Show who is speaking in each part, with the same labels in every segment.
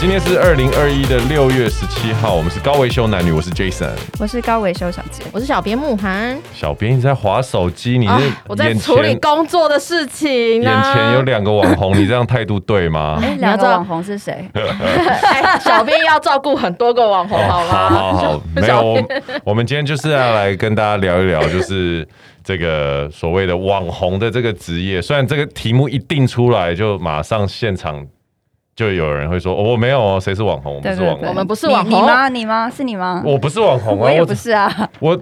Speaker 1: 今天是二零二一的六月十七号，我们是高维修男女，我是 Jason。
Speaker 2: 我是高维修小姐，
Speaker 3: 我是小编慕寒，
Speaker 1: 小编你在划手机，你是眼前、
Speaker 3: 啊我在处理工作的事情、
Speaker 1: 眼
Speaker 3: 啊。
Speaker 1: 前有两个网红，你这样态度对 吗？
Speaker 2: 哎，
Speaker 3: 你
Speaker 2: 两
Speaker 3: 要
Speaker 2: 个
Speaker 3: 知道
Speaker 2: 网红是 谁？
Speaker 3: 哎小编要照顾很多个网红，
Speaker 1: 哦好
Speaker 3: 好吗？
Speaker 1: 好 好，没有，我我们今天就是要来跟大家聊一聊，就是这个所谓的网红的这个职业。虽然这个题目一定出来，就马上现场就有人会说：“哦、我没有哦，谁是网红？我不是网
Speaker 2: 对
Speaker 1: 红，
Speaker 3: 我们不是
Speaker 2: 你
Speaker 3: 网
Speaker 2: 你
Speaker 3: 红，
Speaker 2: 吗？你吗？是你吗？
Speaker 1: 我不是网红啊，
Speaker 2: 我也不是啊，
Speaker 1: 我。 我”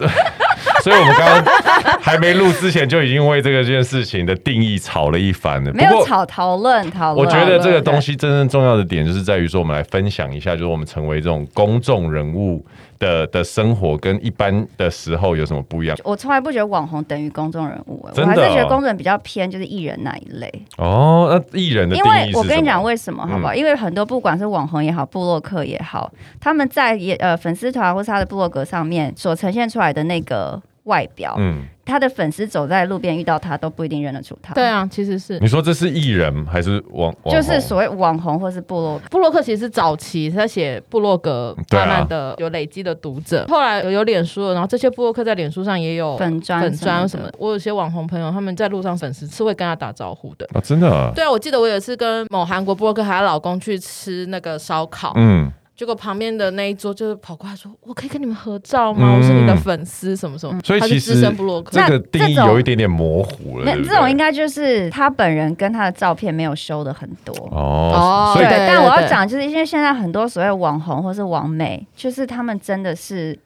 Speaker 1: 所以，我们刚刚还没录之前，就已经为这个件事情的定义吵了一番了。
Speaker 2: 没
Speaker 1: 不
Speaker 2: 有
Speaker 1: 过
Speaker 2: 吵讨论讨
Speaker 1: 我
Speaker 2: 论。
Speaker 1: 觉得这个东西真正重要的点，就是在于说，我们来分享一下，就是我们成为这种公众人物的的生活，跟一般的时候有什么不一样
Speaker 2: 我从来不觉得网红等于公众人物，哎
Speaker 1: 真
Speaker 2: 我
Speaker 1: 的
Speaker 2: 还
Speaker 1: 哦
Speaker 2: 是觉得公众人比较偏就是艺人那一类。
Speaker 1: 哦。那艺人的
Speaker 2: 因
Speaker 1: 定义
Speaker 2: 为
Speaker 1: 是
Speaker 2: 我跟你
Speaker 1: 什
Speaker 2: 讲
Speaker 1: 么嗯
Speaker 2: 为什么好不好？因为很多不管是网红也好，部落客也好，他们在也呃粉丝团或是他的部落格上面所呈现出来的那个外表，
Speaker 1: 嗯，
Speaker 2: 他的粉丝走在路边遇到他都不一定认得出他。
Speaker 3: 对。啊，其实是
Speaker 1: 你说这是艺人还是网？网
Speaker 2: 就是
Speaker 1: 红
Speaker 2: 所谓网红或是部落
Speaker 3: 布洛克，其实早期他写布洛格，
Speaker 1: 对啊
Speaker 3: 慢慢的有累积的读者，后来有有脸书了，然后这些布洛克在脸书上也有
Speaker 2: 粉砖
Speaker 3: 粉砖
Speaker 2: 什
Speaker 3: 什
Speaker 2: 么
Speaker 3: 么
Speaker 2: 的
Speaker 3: 的。我有些网红朋友，他们在路上粉丝是会跟他打招呼的。
Speaker 1: 啊，真的啊，
Speaker 3: 对啊，我记得我有一次跟某韩国布洛克还有老公去吃那个烧烤，
Speaker 1: 嗯，
Speaker 3: 结果旁边的那一桌就是跑过来说：“我可以跟你们合照吗？我是你的粉丝，什么什么。”
Speaker 1: 嗯所以
Speaker 3: 他是
Speaker 1: 其
Speaker 3: 资
Speaker 1: 实
Speaker 3: 深布洛克，
Speaker 1: 这个定义
Speaker 2: 那这种
Speaker 1: 有一点点模糊了，
Speaker 2: 那
Speaker 1: 对不
Speaker 2: 这种
Speaker 1: 对
Speaker 2: 应该就是他本人跟他的照片没有修的很多。
Speaker 1: 哦，所以
Speaker 3: 对对
Speaker 2: 但我要
Speaker 3: 对
Speaker 2: 讲，就是因为现在很多所谓网红或是网美，就是他们真的是，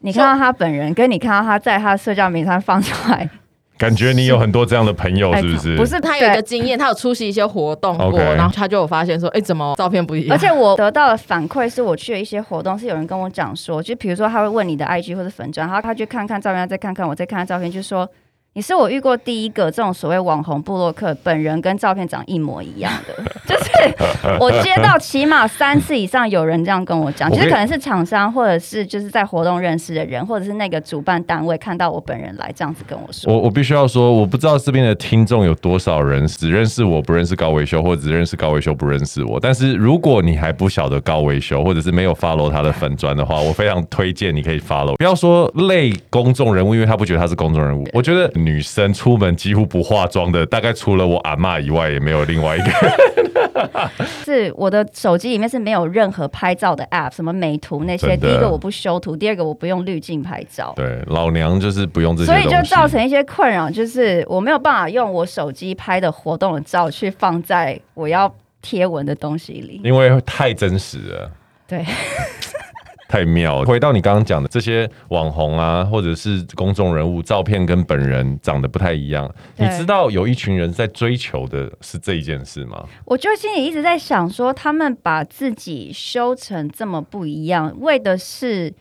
Speaker 2: 你看到他本人，跟你看到他在他的社交媒体上放出来，
Speaker 1: 感觉你有很多这样的朋友，
Speaker 2: 哎
Speaker 1: 哦是不是？
Speaker 2: 不是
Speaker 3: 他有一个
Speaker 2: 对
Speaker 3: 经验，他有出席一些活动过，
Speaker 1: OK
Speaker 3: 然后他就有发现说：“哎，怎么照片不一样？”
Speaker 2: 而且我得到的反馈是，我去了一些活动，是有人跟我讲说，就比如说他会问你的 IG 或者粉砖，然后他去看看照片，再看看我再看看照片，就说你是我遇过第一个这种所谓网红部落客本人跟照片长一模一样的， 就是我接到起码三次以上有人这样跟我讲，
Speaker 1: 我
Speaker 2: 就
Speaker 1: 跟
Speaker 2: 是可能是厂商或者是就是在活动认识的人，或者是那个主办单位看到我本人来这样子跟我说。
Speaker 1: 我我必须要说，我不知道这边的听众有多少人只认识我不认识高维修，或者只认识高维修不认识我。但是如果你还不晓得高维修，或者是没有 follow 他的粉砖的话，我非常推荐你可以 follow。不要说类公众人物，因为他不觉得他是公众人物。我觉得女生出门几乎不化妆的，大概除了我阿嬷以外，也没有另外一 个。
Speaker 2: 是我的手机里面是没有任何拍照的 app，什么美图那些。
Speaker 1: 真
Speaker 2: 第
Speaker 1: 的
Speaker 2: 一个我不修图，第二个我不用滤镜拍照，
Speaker 1: 对，老娘就是不用这些
Speaker 2: 所
Speaker 1: 东
Speaker 2: 以
Speaker 1: 西。
Speaker 2: 就造成一些困扰，就是我没有办法用我手机拍的活动的照去放在我要贴文的东西里。
Speaker 1: 因为太真实了。
Speaker 3: 对，
Speaker 1: 太妙了。回到你刚刚讲的这些网红啊，或者是公众人物，照片跟本人长得不太一样。你
Speaker 2: 对
Speaker 1: 知道有一群人在追求的是这一件事吗？
Speaker 2: 我就心里一直在想说，他们把自己修成这么不一样，为的是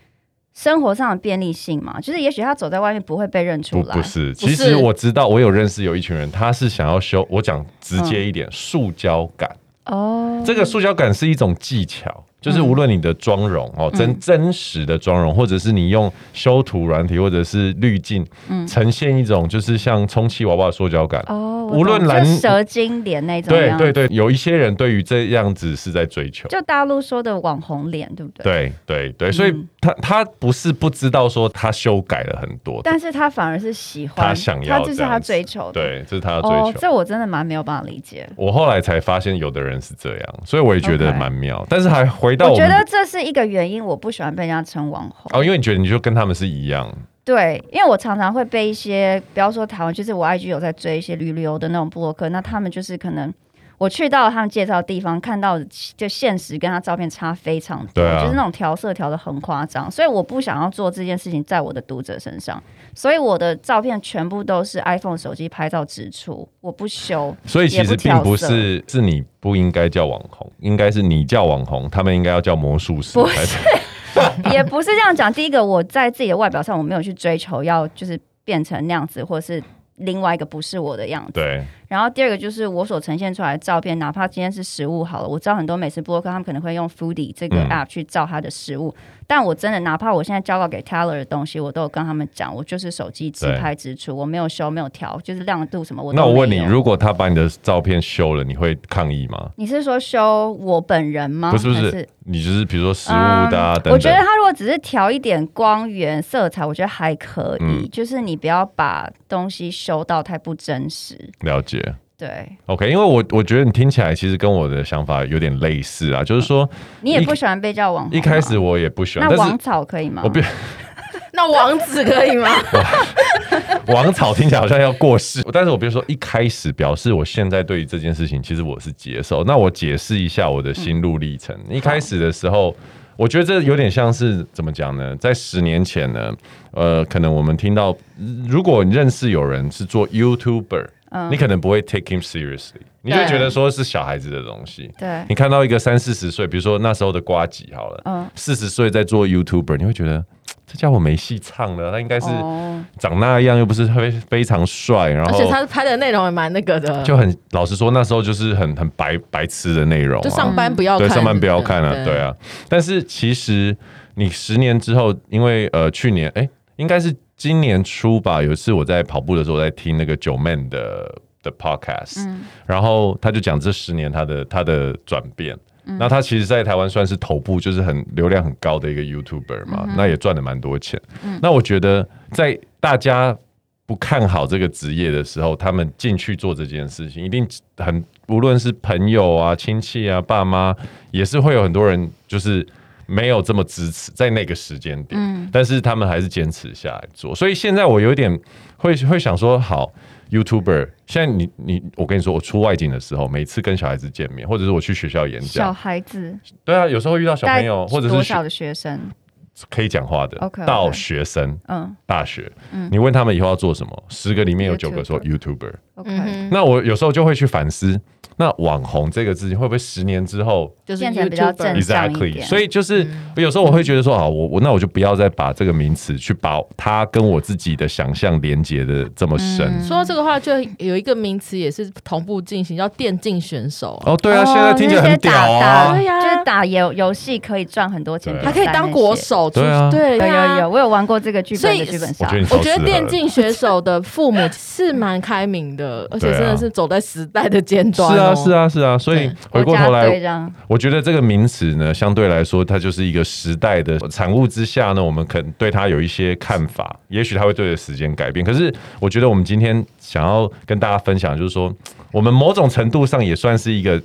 Speaker 2: 生活上的便利性嘛？就是也许他走在外面不会被认出
Speaker 1: 不，
Speaker 2: 来，
Speaker 1: 不是。
Speaker 3: 不
Speaker 1: 其实
Speaker 3: 是
Speaker 1: 我知道，我有认识有一群人，他是想要修，我讲直
Speaker 3: 嗯
Speaker 1: 接一点，塑胶感。
Speaker 2: 哦，
Speaker 1: 这个塑胶感是一种技巧，
Speaker 2: 嗯
Speaker 1: 就是无论你的妆容哦，真真实的妆容，或者是你用修图软体或者是滤镜，呈现一种就是像充气娃娃的塑胶感。
Speaker 2: 嗯哦，我
Speaker 1: 无论
Speaker 2: 懂
Speaker 1: 蓝
Speaker 2: 就蛇精脸那种
Speaker 1: 对
Speaker 2: 样子
Speaker 1: 对对，有一些人对于这样子是在追求。
Speaker 2: 就大陆说的网红脸，对不嗯对？。
Speaker 1: 对对对，所以他他不是不知道说他修改了很多，
Speaker 2: 但是他反而是喜欢，
Speaker 1: 他想要
Speaker 2: 他就是
Speaker 1: 这样
Speaker 2: 他
Speaker 1: 子
Speaker 2: 追求的。。
Speaker 1: 对，这是他的追
Speaker 2: 哦，
Speaker 1: 求。
Speaker 2: 这我真的蛮没有办法理解。
Speaker 1: 我后来才发现有的人是这样，所以我也觉得
Speaker 2: OK
Speaker 1: 蛮妙。但是还回到
Speaker 2: 我
Speaker 1: 我
Speaker 2: 觉
Speaker 1: 们
Speaker 2: 得这是一个原因，我不喜欢被人家称网红。
Speaker 1: 哦，因为你觉得你就跟他们是一样，
Speaker 2: 对，因为我常常会被一些，不要说台湾，就是我 IG 有在追一些旅旅游的那种布洛克，那他们就是可能我去到他们介绍的地方，看到的就现实跟他照片差非常多，
Speaker 1: 对啊
Speaker 2: 就是那种调色调的很夸张，所以我不想要做这件事情在我的读者身上，所以我的照片全部都是 iPhone 手机拍照直出，我不修。
Speaker 1: 所以其
Speaker 2: 也
Speaker 1: 实
Speaker 2: 不
Speaker 1: 并
Speaker 2: 挑
Speaker 1: 不
Speaker 2: 色
Speaker 1: 是是你不应该叫网红，应该是你叫网红，他们应该要叫魔术师
Speaker 2: 不
Speaker 1: 才对。
Speaker 2: 也不是这样讲。第一个，我在自己的外表上，我没有去追求要就是变成那样子，或是另外一个不是我的样子。
Speaker 1: 对，
Speaker 2: 然后第二个就是我所呈现出来的照片，哪怕今天是食物好了，我知道很多美食博客他们可能会用 Foodie 这个
Speaker 1: 嗯
Speaker 2: app 去照他的食物，但我真的哪怕我现在交稿给 Taylor 的东西，我都有跟他们讲，我就是手机自拍直出，我没有修，没有调，就是亮度什么我都
Speaker 1: 那我问
Speaker 2: 没
Speaker 1: 你，
Speaker 2: 有
Speaker 1: 如果他把你的照片修了，你会抗议吗？
Speaker 2: 你是说修我本人吗？
Speaker 1: 不是不
Speaker 2: 还
Speaker 1: 是
Speaker 2: 是，
Speaker 1: 你就是比如说食物的啊等
Speaker 2: 嗯我觉得
Speaker 1: 等，
Speaker 2: 他如果只是调一点光源、色彩，我觉得还可以。
Speaker 1: 嗯
Speaker 2: 就是你不要把东西修到太不真实。
Speaker 1: 了解。
Speaker 2: 对
Speaker 1: OK，因为我我觉得你听起来其实跟我的想法有点类似啊，就是说
Speaker 2: 你也
Speaker 1: 一
Speaker 2: 不喜欢被叫网红吗
Speaker 1: 一开始我也不喜欢，
Speaker 2: 那
Speaker 1: 但
Speaker 2: 王
Speaker 1: 是
Speaker 2: 草可以吗
Speaker 1: 我？变
Speaker 3: 那王子可 以吗？
Speaker 1: 王草听起来好像要过世，但是我比如说一开始表示我现在对于这件事情，其实我是接受。那我解释一下我的心路历程。一开始的时候，我觉得这有点像是怎么讲呢？在十年前呢，呃，可能我们听到，呃如果你认识有人是做 YouTuber，、你可能不会 take him seriously，你就
Speaker 2: 对
Speaker 1: 觉得说是小孩子的东西。
Speaker 2: 对
Speaker 1: 你看到一个三四十岁，比如说那时候的瓜吉好了，
Speaker 2: 嗯
Speaker 1: 四十岁在做 YouTuber，你会觉得嘖这家伙没戏唱了，他应该是
Speaker 2: 哦
Speaker 1: 长那样，又不是非非常帅，然
Speaker 3: 而
Speaker 1: 后
Speaker 3: 且他拍的内容也蛮那个的，
Speaker 1: 就很老实说，那时候就是很很白白痴的内容、啊，
Speaker 3: 就上班不要
Speaker 1: 对
Speaker 3: 看，
Speaker 1: 上班不要看了、对，啊。但是其实你十年之后，因为呃去年哎、应该是今年初吧，有一次我在跑步的时候，我在听那个九妹的的 podcast，、然
Speaker 3: 嗯
Speaker 1: 后他就讲这十年他的他的转变。
Speaker 3: 嗯
Speaker 1: 那他其实，在台湾算是头部，就是很流量很高的一个 YouTuber 嘛，
Speaker 3: 嗯
Speaker 1: 那也赚了蛮多钱。那我觉得，在大家不看好这个职业的时候，他们进去做这件事情，一定很无论是朋友啊、亲戚啊、爸妈，也是会有很多人就是没有这么支持，在那个时间点，
Speaker 2: 嗯
Speaker 1: 但是他们还是坚持下来做。所以现在我有点会会想说，好，YouTuber，现在你你，我跟你说，我出外景的时候，每次跟小孩子见面，或者是我去学校演
Speaker 2: 小
Speaker 1: 讲，
Speaker 2: 孩子，
Speaker 1: 对啊，有时候会遇到小朋友，
Speaker 2: 大概
Speaker 1: 或者
Speaker 2: 多
Speaker 1: 是
Speaker 2: 少的学生？
Speaker 1: 可以讲话的
Speaker 2: OK，OK
Speaker 1: 到学生。
Speaker 2: 嗯
Speaker 1: 大学，你问他们以后要做什么，十个里面有九个说 YouTuber。
Speaker 2: ，OK，、
Speaker 3: 嗯哼，
Speaker 1: 那我有时候就会去反思，那网红这个字会不会十年之后
Speaker 3: 就是
Speaker 2: 变成比较
Speaker 3: YouTuber
Speaker 2: 正向一点
Speaker 1: 所以就是有时候我会觉得说，啊，我我那我就不要再把这个名词去把它跟我自己的想象连接的这么深。
Speaker 3: 说到这个话，就有一个名词也是同步进行，叫电竞选手啊，
Speaker 1: 哦，对啊，现在听起来很屌
Speaker 2: 哦
Speaker 1: 啊
Speaker 2: 那些打打
Speaker 3: 对啊
Speaker 2: 就是打游游戏可以赚很多钱
Speaker 1: 对，啊
Speaker 3: 还可以当国。手，
Speaker 1: 对啊
Speaker 3: 对
Speaker 2: 有有有，
Speaker 3: 啊。
Speaker 2: 我有玩过这个剧本
Speaker 3: 所
Speaker 2: 的
Speaker 3: 以
Speaker 2: 剧本
Speaker 1: 我
Speaker 2: 杀
Speaker 1: 觉得。你超
Speaker 3: 我觉
Speaker 1: 适合
Speaker 3: 得电竞选手的父母是蛮开明的，而且真的是走在时代的尖
Speaker 1: 是
Speaker 3: 端、
Speaker 1: 啊
Speaker 3: 哦。
Speaker 1: 是，啊是啊，所以
Speaker 3: 对
Speaker 1: 回过头
Speaker 2: 国家队
Speaker 1: 来
Speaker 2: 这，样，
Speaker 1: 我觉得这个名词呢，相对来说，它就是一个时代的产物之下呢，我们可能对它有一些看法，也许它会对着时间改变。可是，我觉得我们今天想要跟大家分享，就是说，我们某种程度上也算是一个。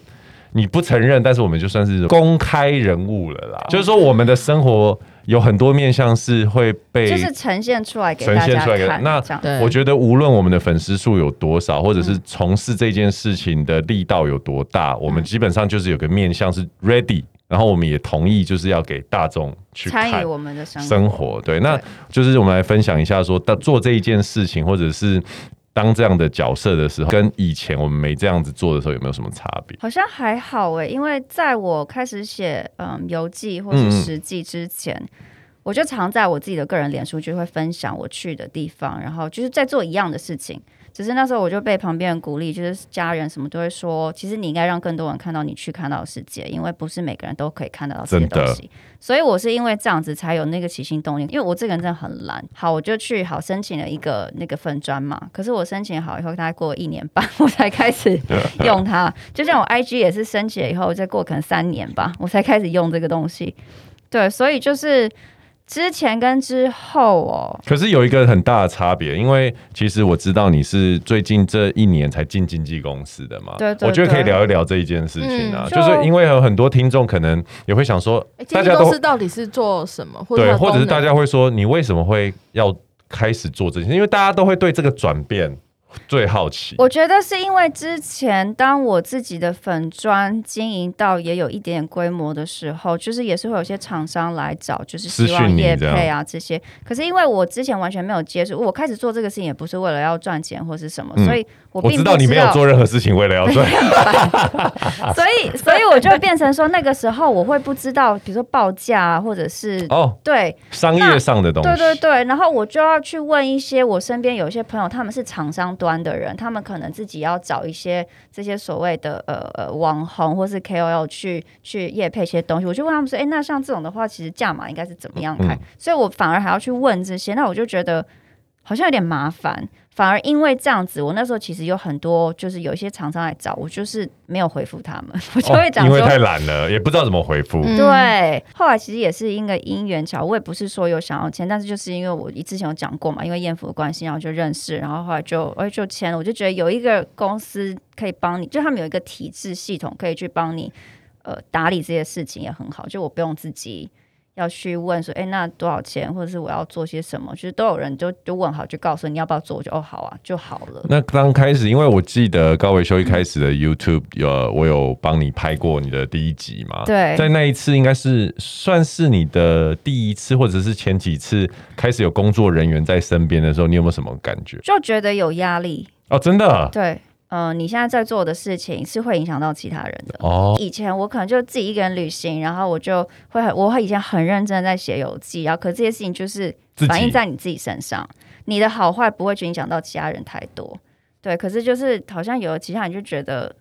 Speaker 1: 你不承认，但是我们就算是公开人物了啦。就是说，我们的生活有很多面向是会被
Speaker 2: 就是呈现出来给
Speaker 1: 呈
Speaker 2: 大
Speaker 1: 现
Speaker 2: 家
Speaker 1: 出来给
Speaker 2: 看。
Speaker 1: 那
Speaker 2: 这样
Speaker 3: 对
Speaker 1: 我觉得无论我们的粉丝数有多少，或者是从事这件事情的力道有多
Speaker 2: 嗯
Speaker 1: 大，我们基本上就是有个面向是 ready，然后我们也同意就是要给大众去
Speaker 2: 参
Speaker 1: 看
Speaker 2: 与我们的生活，
Speaker 1: 生活。对，那就是我们来分享一下说，到做这一件事情，或者是当这样的角色的时候，跟以前我们没这样子做的时候有没有什么差别？
Speaker 2: 好像还好欸诶、因为在我开始写嗯游记或是实记之前，我就常在我自己的个人脸书就会分享我去的地方，然后就是在做一样的事情。只是那时候我就被旁边人鼓励，就是家人什么都会说，其实你应该让更多人看到你去看到的世界，因为不是每个人都可以看得到这些东西。所以我是因为这样子才有那个起心动念，因为我这个人真的很懒。好，我就去好申请了一个那个粉砖嘛，可是我申请好以后，大概过了一年半， 我才开始用它。就像我 IG 也是升级了以后，再过可能三年吧，我才开始用这个东西。对，所以就是之前跟之后哦，
Speaker 1: 可是有一个很大的差别，因为其实我知道你是最近这一年才进经纪公司的嘛，
Speaker 2: 对对
Speaker 1: 我觉得可以
Speaker 2: 对
Speaker 1: 聊一聊这一件事情啊，
Speaker 2: 嗯
Speaker 1: 就是
Speaker 2: 就
Speaker 1: 因为有很多听众可能也会想说，
Speaker 3: 哎，经
Speaker 1: 大
Speaker 3: 纪
Speaker 1: 家
Speaker 3: 公
Speaker 1: 都
Speaker 3: 司到底是做什么？或
Speaker 1: 对，
Speaker 3: 它的
Speaker 1: 或者是
Speaker 3: 功能
Speaker 1: 大家会说你为什么会要开始做这些？因为大家都会对这个转变最好奇。
Speaker 2: 我觉得是因为之前当我自己的粉砖经营到也有一点点规模的时候，就是也是会有些厂商来找，就是
Speaker 1: 私
Speaker 2: 希望
Speaker 1: 讯你
Speaker 2: 业
Speaker 1: 这样
Speaker 2: 配啊这些。可是因为我之前完全没有接触，我开始做这个事情也不是为了要赚钱或是什么，
Speaker 1: 嗯
Speaker 2: 所以我
Speaker 1: 我知
Speaker 2: 并不
Speaker 1: 道你没有做任何事情为了要赚，
Speaker 2: 所 以所以我就变成说那个时候我会不知道，比如说报价啊，或者是。
Speaker 1: 哦，
Speaker 2: 对
Speaker 1: 商业上的东西，
Speaker 2: 对对对，然后我就要去问一些我身边有一些朋友，他们是厂商端的人，他们可能自己要找一些这些所谓的呃呃网红或是 KOL 去去业配一些东西。我就问他们说，哎、那像这种的话，其实价码应该是怎么样开？
Speaker 1: 嗯
Speaker 2: 所以我反而还要去问这些，那我就觉得好像有点麻烦。反而因为这样子，我那时候其实有很多就是有一些厂商来找我，就是没有回复他们，我就会讲
Speaker 1: 因
Speaker 2: 说、
Speaker 1: 为太懒了，也不知道怎么回复。
Speaker 3: 嗯
Speaker 2: 对，后来其实也是因为因缘巧，我也不是说有想要签，但是就是因为我之前有讲过嘛，因为艳福的关系，然后就认识，然后后来就哎就签了。我就觉得有一个公司可以帮你，就他们有一个体制系统可以去帮你呃打理这些事情也啊很好，就我不用自己。要去问说，哎、那多少钱，或者是我要做些什么，就是都有人就就问好，就告诉你要不要做，我就哦好啊，就好了。
Speaker 1: 那刚开始，因为我记得高维修一开始
Speaker 2: 嗯
Speaker 1: 的 YouTube，呃，我有帮你拍过你的第一集嘛。
Speaker 2: 对
Speaker 1: 在那一次应该是算是你的第一次，或者是前几次开始有工作人员在身边的时候，你有没有什么感觉？
Speaker 2: 就觉得有压力，
Speaker 1: 哦，真的
Speaker 2: 对，嗯、你现在在做的事情是会影响到其他人的。
Speaker 1: 哦，
Speaker 2: 以前我可能就自己一个人旅行，然后我就会很，我会以前很认真地在写游记，啊然后可这些事情就是
Speaker 1: 自
Speaker 2: 反映
Speaker 1: 己
Speaker 2: 在你自己身上，你的好坏不会去影响到其他人太多。对，可是就是好像有了其他人就觉得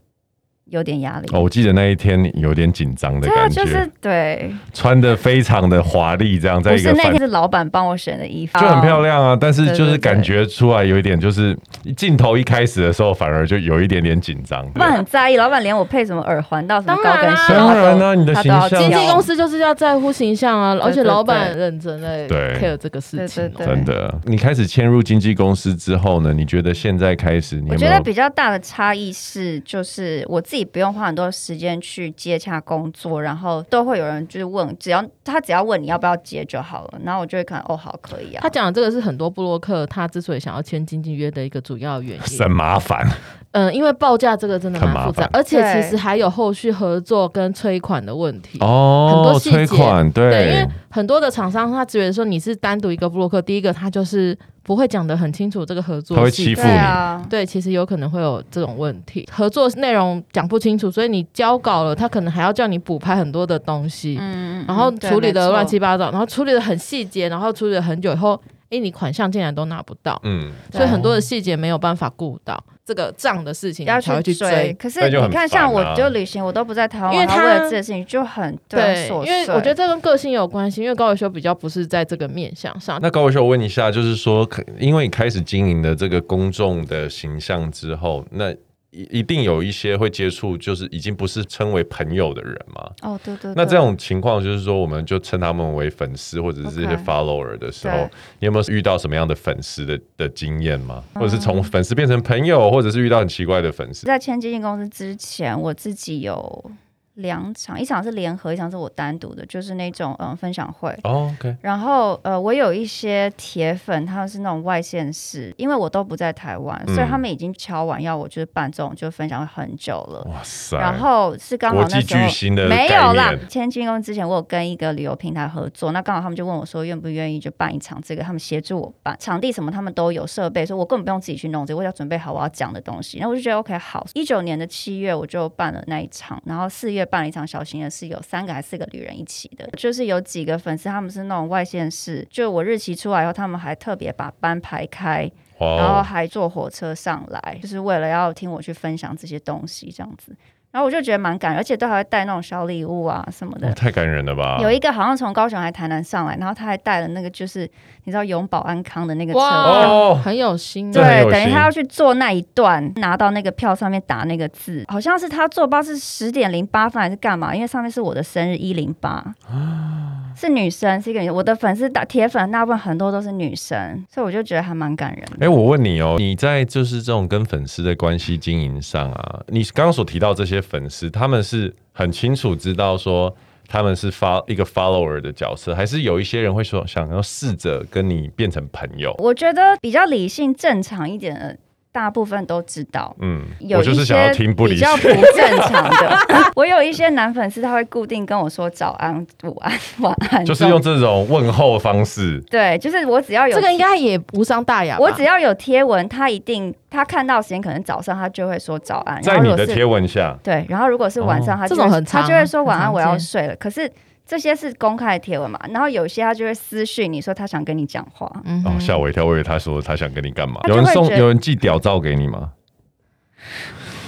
Speaker 2: 有点压力。
Speaker 1: 哦，我记得那一天你有点紧张的
Speaker 2: 对啊，
Speaker 1: 感觉，
Speaker 2: 就是对，
Speaker 1: 穿的非常的华丽，这样在
Speaker 2: 不
Speaker 1: 一
Speaker 2: 是
Speaker 1: 个
Speaker 2: 那
Speaker 1: 反
Speaker 2: 天是老板帮我选的衣服，
Speaker 1: 就很漂亮啊，但是就
Speaker 2: 对
Speaker 1: 是
Speaker 2: 对
Speaker 1: 感觉出来有一点，就是镜头一开始的时候，反而就有一点点紧张。
Speaker 2: 老板很在意，老板连我配什么耳环到什么
Speaker 3: 当
Speaker 2: 高
Speaker 3: 然
Speaker 2: 跟
Speaker 3: 啦
Speaker 2: 鞋，
Speaker 1: 当然啦、啊你的
Speaker 2: 他
Speaker 1: 形
Speaker 2: 都要
Speaker 1: 象
Speaker 2: 这
Speaker 3: 经
Speaker 2: 样
Speaker 3: 纪公司就是要在乎形象啊，而且
Speaker 2: 对对
Speaker 3: 老板很认真在
Speaker 1: 对
Speaker 3: care 这个事情哦、
Speaker 2: 对对对
Speaker 1: 真的，你开始嵌入经纪公司之后呢？你觉得现在开始，你有
Speaker 2: 我
Speaker 1: 没
Speaker 2: 觉得
Speaker 1: 有
Speaker 2: 比较大的差异是，就是我自己不用花很多时间去接洽工作，然后都会有人就是问，只要他只要问你要不要接就好了，然后我就会看哦，好，可以啊。
Speaker 3: 他讲的这个是很多布洛克他之所以想要签经纪约的一个主要原因。
Speaker 1: 很麻烦？
Speaker 3: 嗯，因为报价这个真的
Speaker 1: 很麻
Speaker 3: 蛮复杂
Speaker 1: 烦，
Speaker 3: 而且
Speaker 2: 对
Speaker 3: 其实还有后续合作跟催款的问题。很
Speaker 1: 哦
Speaker 3: 多，细节
Speaker 1: 催款
Speaker 3: 对，因
Speaker 1: 对
Speaker 3: 为，很多的厂商他只觉得说你是单独一个布洛克，第一个他就是不会讲得很清楚这个合作
Speaker 1: 他会
Speaker 3: 细
Speaker 1: 欺
Speaker 3: 节
Speaker 1: 负
Speaker 2: 对啊，
Speaker 3: 对，其实有可能会有这种问题，合作内容讲不清楚，所以你交稿了，他可能还要叫你补拍很多的东西，
Speaker 2: 嗯，嗯
Speaker 3: 然后
Speaker 2: 嗯对
Speaker 3: 处理的
Speaker 2: 没
Speaker 3: 乱
Speaker 2: 错
Speaker 3: 七八糟，然后处理的很细节，然后处理了很久以后，诶，你款项竟然都拿不到，
Speaker 1: 嗯，
Speaker 3: 所以很多的细节没有办法顾到这个账的事情，
Speaker 2: 要
Speaker 3: 你才会
Speaker 2: 去
Speaker 3: 去
Speaker 2: 追。
Speaker 3: 追。
Speaker 2: 可是
Speaker 1: 那就很
Speaker 2: 你
Speaker 1: 烦
Speaker 2: 看，像我
Speaker 1: 啊
Speaker 2: 就旅行，我都不在台湾，
Speaker 3: 因为
Speaker 2: 然后
Speaker 3: 他
Speaker 2: 为了这件事情就很
Speaker 3: 对，
Speaker 2: 很琐
Speaker 3: 因为
Speaker 2: 碎
Speaker 3: 我觉得这跟个性有关系，因为高伟修比较不是在这个面向上，
Speaker 1: 那高伟修，我问一下，就是说，可因为你开始经营的这个公众的形象之后，那一一定有一些会接触，就是已经不是称为朋友的人嘛？
Speaker 2: 哦，对对，
Speaker 1: 那
Speaker 2: 对
Speaker 1: 这种情况就是说，我们就称他们为粉丝或者是一些
Speaker 2: OK
Speaker 1: follower 的时候
Speaker 2: 对，
Speaker 1: 你有没有遇到什么样的粉丝的的经验吗？
Speaker 3: 嗯
Speaker 1: 或者是从粉丝变成朋友，或者是遇到很奇怪的粉丝？
Speaker 2: 在签经纪公司之前，我自己有两场，一场是联合，一场是我单独的，就是那种嗯分享会。
Speaker 1: 哦，OK，
Speaker 2: 然后呃，我有一些铁粉，他们是那种外县市，因为我都不在台湾，
Speaker 1: 嗯
Speaker 2: 所以他们已经敲完要我就是办这种就分享会很久了。
Speaker 1: 哇塞，
Speaker 2: 然后是刚好
Speaker 1: 哦国
Speaker 2: 那
Speaker 1: 际
Speaker 2: 时候
Speaker 1: 巨星的
Speaker 2: 没
Speaker 1: 概
Speaker 2: 有啦
Speaker 1: 念，
Speaker 2: 签进工之前我有跟一个旅游平台合作，那刚好他们就问我说愿不愿意就办一场这个，他们协助我办场地什么，他们都有设备，所以我根本不用自己去弄这个，我只要准备好我要讲的东西。那我就觉得 OK 好，一九年的七月我就办了那一场，然后四月办了一场小型的，是有三个还是四个旅人一起的，就是有几个粉丝他们是那种外县市，就我日期出来以后，他们还特别把班排开，
Speaker 1: 哇
Speaker 2: 然后
Speaker 1: 哦，
Speaker 2: 还坐火车上来，就是为了要听我去分享这些东西，这样子。然后我就觉得蛮感人，而且都还会带那种小礼物啊什么
Speaker 1: 哇
Speaker 2: 的。
Speaker 1: 太感人了吧！
Speaker 2: 有一个好像从高雄还台南上来，然后他还带了那个就是你知道永保安康的那个车
Speaker 3: 哇
Speaker 2: 票，
Speaker 1: 哦，
Speaker 3: 很有心
Speaker 1: 这
Speaker 3: 啊。
Speaker 1: 很有
Speaker 2: 对，等于
Speaker 1: 心
Speaker 2: 他要去坐那一段，拿到那个票上面打那个字，好像是他坐不知道是十点零八分还是干嘛，因为上面是我的生日一零八，
Speaker 1: 啊
Speaker 2: 是女生，是一个女生，我的粉丝打铁粉大部分很多都是女生，所以我就觉得还蛮感人的。
Speaker 1: 哎、我问你哦，你在就是这种跟粉丝的关系经营上啊，你刚刚所提到这些粉丝，他们是很清楚知道说他们是发一个 follower 的角色，还是有一些人会说想要试着跟你变成朋友？
Speaker 2: 我觉得比较理性、正常一点的，大部分都知道。
Speaker 1: 嗯，
Speaker 2: 有
Speaker 1: 我
Speaker 2: 一些
Speaker 1: 就是想要听不理
Speaker 2: 比较不
Speaker 1: 性。
Speaker 2: 正常 的。 我有一些男粉丝，他会固定跟我说早安、午安、晚安，
Speaker 1: 就是
Speaker 2: 这
Speaker 1: 用
Speaker 2: 种
Speaker 1: 这种问候方式，
Speaker 2: 对，就是我只要有
Speaker 3: 这个应该也无伤大雅吧。
Speaker 2: 我只要有贴文，他一定他看到时间可能早上他就会说早安，然
Speaker 1: 在
Speaker 2: 后
Speaker 1: 你
Speaker 2: 如果
Speaker 1: 的
Speaker 2: 是
Speaker 1: 贴文下，哦
Speaker 2: 对，然后如果是晚上，他就
Speaker 3: 这
Speaker 2: 会
Speaker 3: 种很
Speaker 2: 他
Speaker 3: 常
Speaker 2: 就会说晚安，
Speaker 3: 很常
Speaker 2: 我要
Speaker 3: 见
Speaker 2: 睡了。可是这些是公开的贴文嘛，然后有些他就会私讯你说他想跟你讲话，
Speaker 3: 嗯
Speaker 1: 哦，
Speaker 3: 哼
Speaker 1: 吓我一跳，我以为他说他想跟你干嘛。
Speaker 2: 他就
Speaker 1: 有
Speaker 2: 会
Speaker 1: 人送，
Speaker 2: 觉得
Speaker 1: 有人寄屌照给你吗？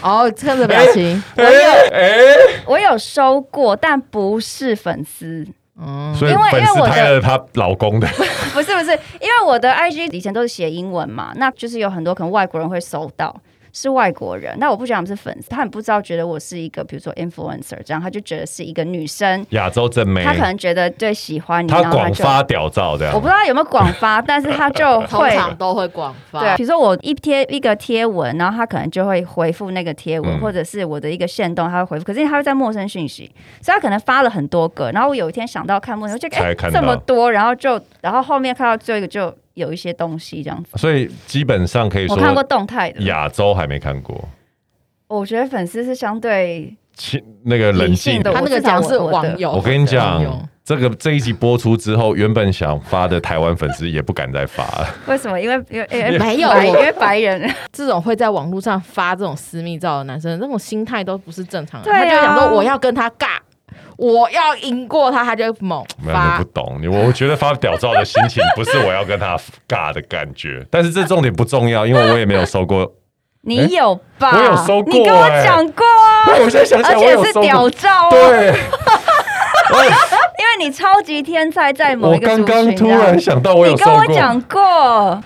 Speaker 3: 哦，看着表情，
Speaker 2: 我有，我有收过，但不是粉丝，
Speaker 3: 嗯，
Speaker 1: 所以
Speaker 2: 因为
Speaker 1: 粉
Speaker 2: 因为
Speaker 1: 丝
Speaker 2: 我的
Speaker 1: 拍了她老公的，
Speaker 2: 不是不是，因为我的 IG 以前都是写英文嘛，那就是有很多可能外国人会收到。是外国人，但我不觉得他们是粉丝，他们不知道觉得我是一个，比如说 influencer 这样，他就觉得是一个女生，
Speaker 1: 亚洲正妹，
Speaker 2: 他可能觉得对喜欢你，
Speaker 1: 她
Speaker 2: 然后他
Speaker 1: 广
Speaker 2: 就
Speaker 1: 发屌照这
Speaker 2: 我不
Speaker 1: 样。
Speaker 2: 知道他有没有广发，但是他 就
Speaker 3: 通
Speaker 2: 会
Speaker 3: 常都会广发，
Speaker 2: 对，比如说我一贴一个贴文，然后他可能就会回复那个贴文，
Speaker 1: 嗯
Speaker 2: 或者是我的一个线动，他会回复。可是他会在陌生讯息，所以他可能发了很多个。然后我有一天想到看陌生，我就觉得
Speaker 1: 才
Speaker 2: 哎
Speaker 1: 看到
Speaker 2: 这么多，然后就然后后面看到最后一个就有一些东西这样子。
Speaker 1: 所以基本上可以
Speaker 2: 我看过
Speaker 1: 说，
Speaker 2: 动态的，哦
Speaker 1: 亚洲还没看过，
Speaker 2: 我觉得粉丝是相对
Speaker 1: 其那个冷
Speaker 2: 理性
Speaker 1: 静
Speaker 2: 的
Speaker 3: 他那个讲是网友，
Speaker 1: 我跟你
Speaker 3: 网
Speaker 1: 讲
Speaker 3: 友，
Speaker 1: 这个这一集播出之后，原本想发的台湾粉丝也不敢再发了。
Speaker 2: 为什么？因为因为因为
Speaker 3: 没有
Speaker 2: 白因
Speaker 3: 我
Speaker 2: 为白人
Speaker 3: 这种会在网络上发这种私密照的男生，那种心态都不是正常人。
Speaker 2: 对啊
Speaker 3: 他就想说我要跟他尬，我要赢过他，他就猛
Speaker 1: 没有，你
Speaker 3: 发
Speaker 1: 不。懂你，我觉得发屌照的心情不是我要跟他尬的感觉，但是这重点不重要，因为我也没有收过。
Speaker 2: 你有吧？
Speaker 1: 我有收过
Speaker 2: 你跟我
Speaker 1: 哎
Speaker 2: 讲过啊，
Speaker 1: 我现在想起来，
Speaker 2: 而
Speaker 1: 我
Speaker 2: 且
Speaker 1: 有
Speaker 2: 是
Speaker 1: 收
Speaker 2: 屌
Speaker 1: 过。
Speaker 2: 照、啊，
Speaker 1: 对，
Speaker 2: 因为你超级天才在某
Speaker 1: 我
Speaker 2: 一个
Speaker 1: 刚
Speaker 2: 族群
Speaker 1: 刚突
Speaker 2: 啊
Speaker 1: 然想到，我有
Speaker 2: 你
Speaker 1: 收
Speaker 2: 跟我
Speaker 1: 过。
Speaker 2: 讲过，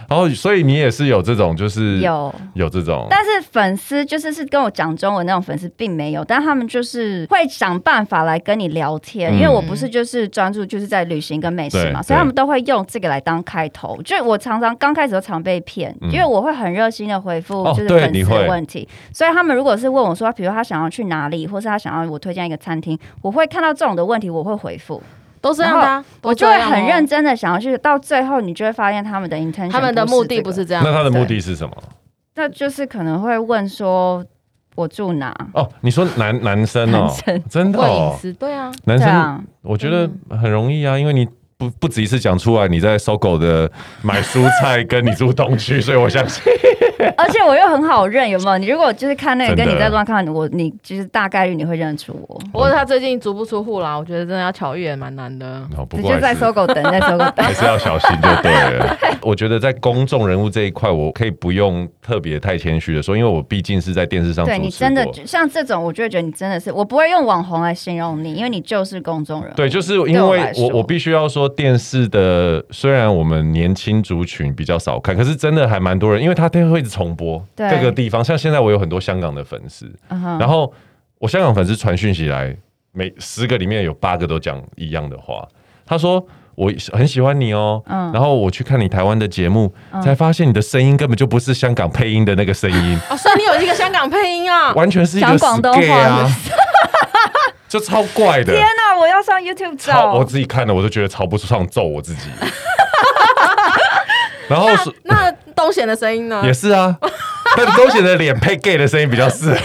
Speaker 1: 然后，所以你也是有这种，就是哦
Speaker 2: 有，
Speaker 1: 有这种，
Speaker 2: 但是粉丝就是是跟我讲中文那种粉丝并没有，但他们就是会想办法来跟你聊天，
Speaker 1: 嗯
Speaker 2: 因为我不是就是专注就是在旅行跟美食嘛，
Speaker 1: 对
Speaker 2: 所以他们都会用这个来当开头。就我常常刚开始都常被骗，
Speaker 1: 嗯
Speaker 2: 因为我会很热心的回复
Speaker 1: 哦
Speaker 2: 就是
Speaker 1: 对
Speaker 2: 粉
Speaker 1: 你
Speaker 2: 丝
Speaker 1: 会
Speaker 2: 的问题，所以他们如果是问我说，比如他想要去哪里，或是他想要我推荐一个餐厅，我会看到这种的问题，我会回复，
Speaker 3: 都是这样的啊，
Speaker 2: 我
Speaker 3: 都
Speaker 2: 就
Speaker 3: 这
Speaker 2: 会
Speaker 3: 样哦
Speaker 2: 很认。真的想要去，到最后你就会发现他们的 intention，
Speaker 3: 他们的目的不
Speaker 2: 这个
Speaker 3: 是这样
Speaker 1: 那，他的目的是什么？
Speaker 2: 那就是可能会问说我住哪？
Speaker 1: 哦，你说男 男生哦
Speaker 2: 男，生
Speaker 1: 真的
Speaker 3: 问隐
Speaker 1: 哦，
Speaker 3: 私，对啊，
Speaker 1: 男
Speaker 2: 对
Speaker 1: 生
Speaker 2: 啊，
Speaker 1: 我觉得很容易啊，因为你不不止一次讲出来你在搜狗的买蔬 菜，跟你住东区，所以我相信
Speaker 2: 而且我又很好认，有没有？你如果就是看那个，
Speaker 1: 真的
Speaker 2: 跟你在路上看到我，你就是大概率你会认出我。
Speaker 3: 不过他最近足不出户啦，我觉得真的要巧遇也蛮难的。
Speaker 1: 哦，不
Speaker 2: 你
Speaker 1: 过
Speaker 2: 就
Speaker 1: 还
Speaker 2: 在
Speaker 1: 是
Speaker 2: 搜狗等，在 搜狗等。
Speaker 1: 还是要小心就对 了。我觉得在公众人物这一块，我可以不用特别太谦虚的说，因为我毕竟是在电视上主持
Speaker 2: 对
Speaker 1: 过。
Speaker 2: 你真的像这种，我就会觉得你真的是，我不会用网红来形容你，因为你就是公众人物。
Speaker 1: 对，就是
Speaker 2: 啊对
Speaker 1: 因
Speaker 2: 我
Speaker 1: 为
Speaker 2: 来
Speaker 1: 我
Speaker 2: 说
Speaker 1: 我必须要说，电视的虽然我们年轻族群比较少看，可是真的还蛮多人，因为他都会一直重播
Speaker 2: 对
Speaker 1: 各个地方。像现在我有很多香港的粉丝，
Speaker 2: 嗯哼，
Speaker 1: 然后我香港粉丝传讯息来，每十个里面有八个都讲一样的话。他说我很喜欢你哦，
Speaker 2: 嗯
Speaker 1: 然后我去看你台湾的节目，
Speaker 2: 嗯
Speaker 1: 才发现你的声音根本就不是香港配音的那个声音，
Speaker 3: 哦，所以你有一个香港配音啊，
Speaker 1: 完全是一个
Speaker 2: 嗯讲广东
Speaker 1: gay
Speaker 2: 话
Speaker 1: 啊， 就超怪的。
Speaker 2: 天哪，我要上 YouTube
Speaker 1: 超我
Speaker 2: 找。
Speaker 1: 自己看了，我都觉得超不上揍我自己。 然后是
Speaker 3: 那呃东贤的声音呢
Speaker 1: 也？是啊，但周显的脸配 gay 的声音比较适合。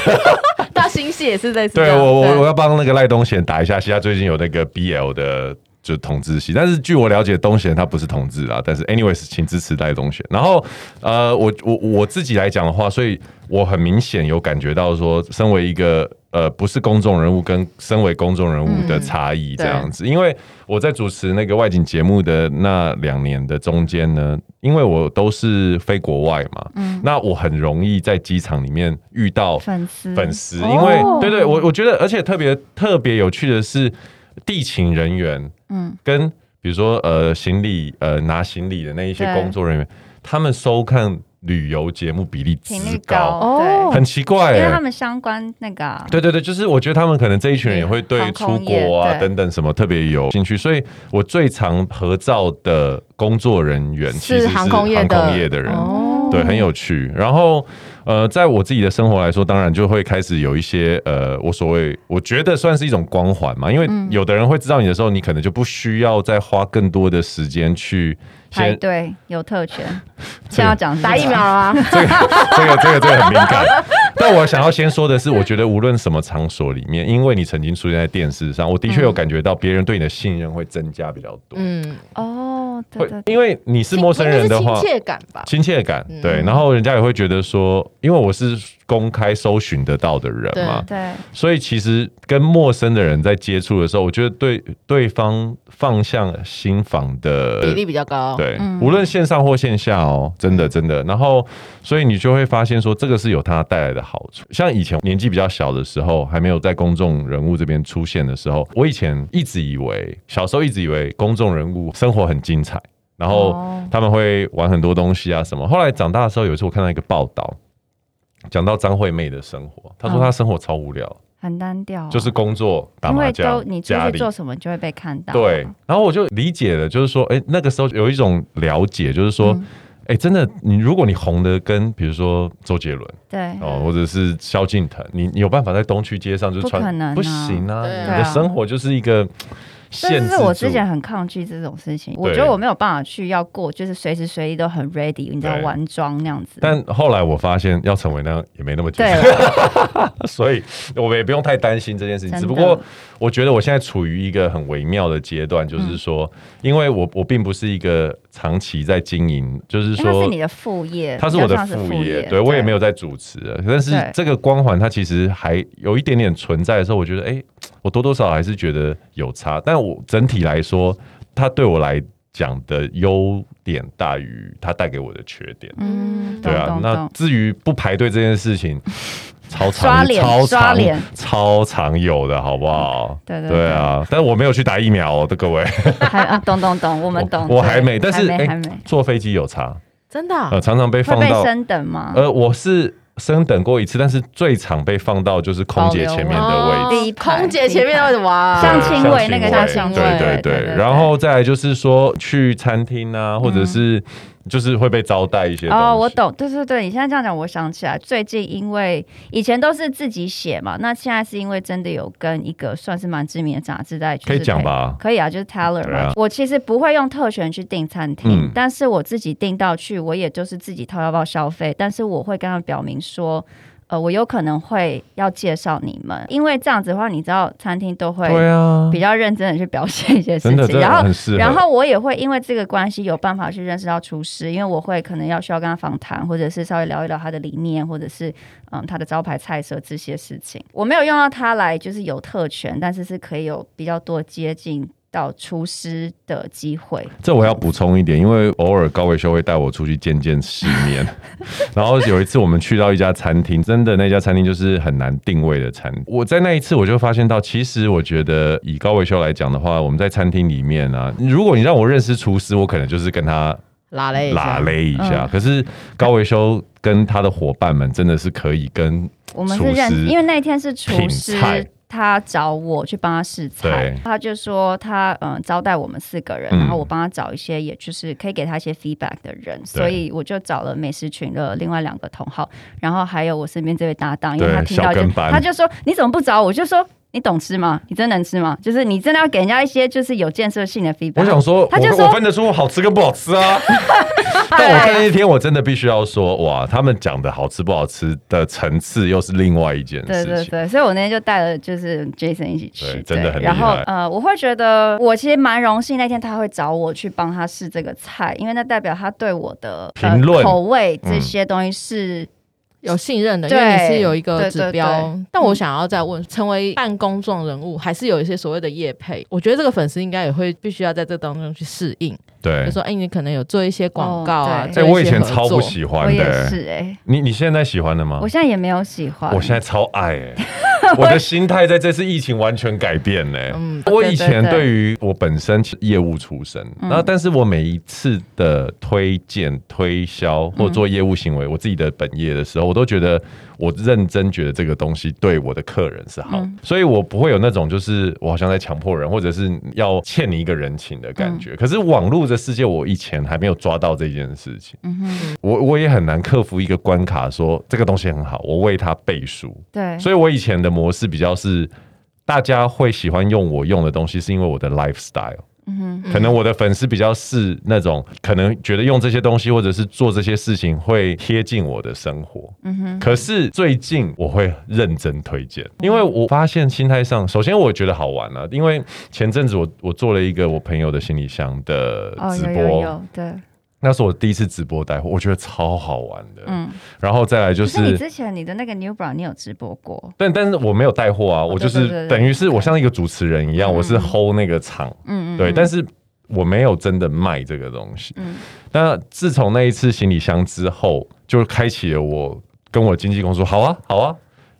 Speaker 3: 大星系也是类似这
Speaker 1: 对
Speaker 3: 样。
Speaker 1: 我我我
Speaker 3: 我
Speaker 1: 要帮那个赖东贤打一下戏，他最近有那个 BL 的就同志戏，但是据我了解，东贤他不是同志啦，但是 anyways，请支持赖东贤。然后呃，我我我自己来讲的话，所以我很明显有感觉到说，身为一个呃不是公众人物跟身为公众人物的差异这样子，因为我在主持那个外景节目的那两年的中间呢，因为我都是飞国外嘛，
Speaker 3: 嗯
Speaker 1: 那我很容易在机场里面遇到
Speaker 2: 粉丝，
Speaker 1: 粉丝，因
Speaker 3: 哦
Speaker 1: 为、对对，我我觉得，而且特别特别有趣的是，地勤人员
Speaker 2: 嗯，
Speaker 1: 跟比如说呃行李呃拿行李的那一些
Speaker 2: 对
Speaker 1: 工作人员，他们收看旅游节目比例之
Speaker 2: 频率
Speaker 1: 高，
Speaker 2: 高，对，
Speaker 1: 很奇怪、
Speaker 2: 因为他
Speaker 1: 欸。
Speaker 2: 们相关那个啊，
Speaker 1: 对对对，就是我觉得他们可能这一群人也会对
Speaker 2: 航
Speaker 1: 出
Speaker 2: 空业
Speaker 1: 国啊
Speaker 2: 对
Speaker 1: 等等什么特别有兴趣，所以我最常合照的工作人员其实是
Speaker 3: 航空业的
Speaker 1: 航空业的人，
Speaker 3: 哦
Speaker 1: 对，很有趣。然后，呃，在我自己的生活来说，当然就会开始有一些呃，我所谓我觉得算是一种光环嘛，因为
Speaker 2: 嗯
Speaker 1: 有的人会知道你的时候，你可能就不需要再花更多的时间去
Speaker 2: 排
Speaker 1: 先
Speaker 2: 队有 特权，先要讲
Speaker 3: 打疫苗啊，
Speaker 1: 这个这个这个这个很敏 感。但我想要先说的是，我觉得无论什么场所里面，因为你曾经出现在电视上，我的
Speaker 2: 嗯
Speaker 1: 确有感觉到别人对你的信任会增加比较多。
Speaker 3: 嗯，
Speaker 2: 哦，对
Speaker 1: 会
Speaker 2: 对，对，
Speaker 1: 因为你是陌生人的话
Speaker 3: 应该是亲，切感吧？
Speaker 1: 亲切感，
Speaker 3: 嗯
Speaker 1: 对，然后人家也会觉得说，因为我是公开搜寻得到的人嘛，
Speaker 2: 对，
Speaker 1: 所以其实跟陌生的人在接触的时候，我觉得对对方放下心房的
Speaker 3: 比例比较嗯高。
Speaker 1: 呃对，
Speaker 2: 嗯
Speaker 1: 无论线上或线下哦，真的真的。然后，所以你就会发现说，这个是有它带来的好处。像以前年纪比较小的时候，还没有在公众人物这边出现的时候，我以前一直以为，小时候一直以为公众人物生活很精彩，然后
Speaker 2: 哦
Speaker 1: 他们会玩很多东西啊什么。后来长大的时候，有一次我看到一个报道。讲到张惠妹的生活，
Speaker 3: 嗯
Speaker 1: 她说她生活超无聊，
Speaker 2: 很单调啊，
Speaker 1: 就是工作、打
Speaker 2: 因
Speaker 1: 麻
Speaker 2: 为
Speaker 1: 将
Speaker 2: 都、你出
Speaker 1: 家
Speaker 2: 去
Speaker 1: 里
Speaker 2: 做什么就会被看到，
Speaker 1: 对，然后我就理解了，就是说，哎、那个时候有一种了解，就是说，
Speaker 2: 嗯
Speaker 1: 哎、真的，你如果你红的跟比如说周杰伦
Speaker 2: 对，
Speaker 1: 哦，或者是萧敬腾，你你有办法在东区街上就是
Speaker 2: 不
Speaker 1: 穿，
Speaker 2: 可能啊
Speaker 1: 行啊，
Speaker 3: 对啊
Speaker 1: 你的生活就是一个限
Speaker 2: 但
Speaker 1: 制
Speaker 2: 是
Speaker 1: 住。
Speaker 2: 我之前很抗拒这种事情，我觉得我没有办法去要过，就是随时随地都很 ready，你知道
Speaker 1: 对
Speaker 2: 玩妆那样子。
Speaker 1: 但后来我发现，要成为那样也没那么简
Speaker 2: 对
Speaker 1: 单，
Speaker 2: 了，
Speaker 1: 所以我们也不用太担心这件事情。
Speaker 2: 真
Speaker 1: 只
Speaker 2: 的
Speaker 1: 不过我觉得我现在处于一个很微妙的阶段，
Speaker 2: 嗯
Speaker 1: 就是说，因为我我并不是一个长期在经营，就是
Speaker 2: 因为它
Speaker 1: 说
Speaker 2: 是你的副业，
Speaker 1: 它是我的副业，对我也没
Speaker 2: 有。
Speaker 1: 有在主持了，但是
Speaker 2: 对
Speaker 1: 这个光环它其实还有一点点存在的时候，我觉得，哎、我多多少少还是觉得有差，但我整体来说，它对我来讲的优点大于它带给我的缺点，
Speaker 2: 嗯，
Speaker 1: 对啊
Speaker 2: 懂。懂
Speaker 1: 那
Speaker 2: 懂
Speaker 1: 至于不排队这件事 情，超
Speaker 2: 刷
Speaker 1: 常、
Speaker 2: 脸
Speaker 1: 超
Speaker 2: 刷
Speaker 1: 常
Speaker 2: 脸、
Speaker 1: 超常有的好不好？
Speaker 2: 对对
Speaker 1: 对啊，但是我没有去打疫苗哦，各位，
Speaker 2: 还啊，懂懂懂，我们懂。
Speaker 1: 我我还
Speaker 2: 对
Speaker 1: 没，但是
Speaker 2: 还
Speaker 1: 哎、
Speaker 2: 没还没
Speaker 1: 坐飞机有差，
Speaker 3: 真的啊、
Speaker 1: 呃，常常被
Speaker 2: 会
Speaker 1: 放
Speaker 2: 被
Speaker 1: 到。
Speaker 2: 升啊等吗？
Speaker 1: 呃，我是升等过一次，但是最常被放到就是空姐前面的位
Speaker 3: 哦
Speaker 1: 置。
Speaker 2: 第一排
Speaker 3: 空姐前面的位置哇，
Speaker 2: 哦像
Speaker 1: 对
Speaker 2: 亲卫那
Speaker 1: 像
Speaker 2: 个叫
Speaker 1: 亲
Speaker 2: 亲
Speaker 1: 卫
Speaker 2: 卫
Speaker 1: 对
Speaker 2: 对
Speaker 1: 对
Speaker 2: 对
Speaker 1: 对。
Speaker 2: 对
Speaker 1: 然后再来就是说去餐厅啊，或者是就是会被招待一些东西
Speaker 2: 嗯哦，我。懂，对对对，你现在这样讲，我想起来，最近因为以前都是自己写嘛，那现在是因为真的有跟一个算是蛮知名的杂志在，就是
Speaker 1: 可以讲
Speaker 2: 配
Speaker 1: 吧？
Speaker 2: 可以啊，就是 Teller
Speaker 1: 对
Speaker 2: 嘛。
Speaker 1: 啊
Speaker 2: 我其实不会用特权去订餐厅，
Speaker 1: 嗯
Speaker 2: 但是我自己订到去，我也就是自己掏腰包消费，但是我会跟他们表明说。呃，我有可能会要介绍你们，因为这样子的话，你知道餐厅都会
Speaker 1: 对啊，
Speaker 2: 比较认真的去表现一些事
Speaker 1: 真的，真
Speaker 2: 情，然
Speaker 1: 的
Speaker 2: 后
Speaker 1: 很适合。
Speaker 2: 然后我也会因为这个关系有办法去认识到厨师，因为我会可能要需要跟他访谈，或者是稍微聊一聊他的理念，或者是嗯他的招牌菜色这些事情。我没有用到他来就是有特权，但是是可以有比较多接近到厨师的机会。
Speaker 1: 这我要补充一点，因为偶尔高维修会带我出去见见世 面。然后有一次我们去到一家餐厅，真的那家餐厅就是很难定位的餐厅。我在那一次我就发现到，其实我觉得以高维修来讲的话，我们在餐厅里面啊，如果你让我认识厨师，我可能就是跟他
Speaker 3: 拉嘞一下
Speaker 1: 拉，勒一下。
Speaker 2: 嗯
Speaker 1: 可是高维修跟他的伙伴们真的是可以跟
Speaker 2: 我们是
Speaker 1: 厨师
Speaker 2: 认识，因为那天是厨师
Speaker 1: 品菜。
Speaker 2: 他找我去帮他试菜
Speaker 1: 对，
Speaker 2: 他就说他嗯招待我们四个人，
Speaker 1: 嗯
Speaker 2: 然后我帮他找一些，也就是可以给他一些 feedback 的人，所以我就找了美食群的另外两个同好，然后还有我身边这位搭档，因为
Speaker 1: 对
Speaker 2: 他听到
Speaker 1: 小
Speaker 2: 就
Speaker 1: 跟班
Speaker 2: 他就说你怎么不找我？我就说你懂吃吗？你真能吃吗？就是你真的要给人家一些就是有建设性的 feedback。
Speaker 1: 我想说，
Speaker 2: 他就
Speaker 1: 我
Speaker 2: 说
Speaker 1: 我分得出好吃跟不好吃啊。但我看那一天，我真的必须要说，哇，他们讲的好吃不好吃的层次又是另外一件
Speaker 2: 对
Speaker 1: 事情。
Speaker 2: 对对，所以我那天就带了就是 Jason 一起去，
Speaker 1: 对
Speaker 2: 对
Speaker 1: 真的很厉害
Speaker 2: 然后呃，我会觉得我其实蛮荣幸那天他会找我去帮他试这个菜，因为那代表他对我的呃
Speaker 1: 评论
Speaker 2: 口味这些东西是、
Speaker 3: 有信任的，因
Speaker 2: 对
Speaker 3: 为你是有一个
Speaker 2: 对
Speaker 3: 指
Speaker 2: 对
Speaker 3: 标
Speaker 2: 对。
Speaker 3: 但我想要再问，成为半公众人物，还是有一些所谓的业配？我觉得这个粉丝应该也会必须要在这当中去适应，
Speaker 1: 对
Speaker 3: 就说，哎、你可能有做一些广告啊
Speaker 2: 哦，对
Speaker 3: 做
Speaker 1: 哎、
Speaker 3: 一些
Speaker 1: 我以前
Speaker 3: 合作
Speaker 1: 超不喜
Speaker 2: 我
Speaker 1: 欢
Speaker 2: 也
Speaker 1: 的、
Speaker 2: 是哎、
Speaker 1: 你你现在喜欢的吗
Speaker 2: 我？现在也没有喜欢，
Speaker 1: 嗯我现在超爱、欸， 我的心态在这次疫情完全改变呢、
Speaker 3: 嗯
Speaker 1: 我以前
Speaker 2: 对对对
Speaker 1: 对于我本身是业务出身，
Speaker 2: 嗯
Speaker 1: 然后但是我每一次的推荐、推销或做业务行为，我自己的本业的时候，我都觉得我认真觉得这个东西对我的客人是好的，
Speaker 2: 嗯
Speaker 1: 所以我不会有那种就是我好像在强迫人，或者是要欠你一个人情的感
Speaker 2: 嗯
Speaker 1: 觉。可是网络的世界，我以前还没有抓到这件事情，
Speaker 2: 嗯哼，
Speaker 1: 我我也很难克服一个关卡说这个东西很好，我为它背书。
Speaker 2: 对，
Speaker 1: 所以我以前的模式比较是，大家会喜欢用我用的东西，是因为我的 lifestyle。
Speaker 2: 嗯
Speaker 1: 可能我的粉丝比较是那种，可能觉得用这些东西或者是做这些事情会贴近我的生活。
Speaker 2: 哼，嗯哼，嗯
Speaker 1: 可是最近我会认真推荐，因为我发现心态上，首先我觉得好玩啊，因为前阵子我我做了一个我朋友的行李箱的
Speaker 2: 哦，
Speaker 1: 直
Speaker 2: 有有
Speaker 1: 播，
Speaker 2: 有，对，
Speaker 1: 那是我第一次直播带货，我觉得超好玩的。
Speaker 2: 嗯，
Speaker 1: 然后再来就
Speaker 2: 可是你
Speaker 1: 是，
Speaker 2: 之前你的那个 New Bra 你有直播过，
Speaker 1: 但但是我没有带货啊，我就
Speaker 2: 哦对对对
Speaker 1: 是
Speaker 2: 对
Speaker 1: 等于是我像一个主持人一样，
Speaker 2: 嗯
Speaker 1: 我是 hold 那个场，
Speaker 2: 嗯嗯，
Speaker 1: 对，
Speaker 2: 嗯
Speaker 1: 但是我没有真的卖这个东西。
Speaker 2: 嗯
Speaker 1: 那自从那一次行李箱之后，就开启了我跟我经纪公司说，好啊，好啊。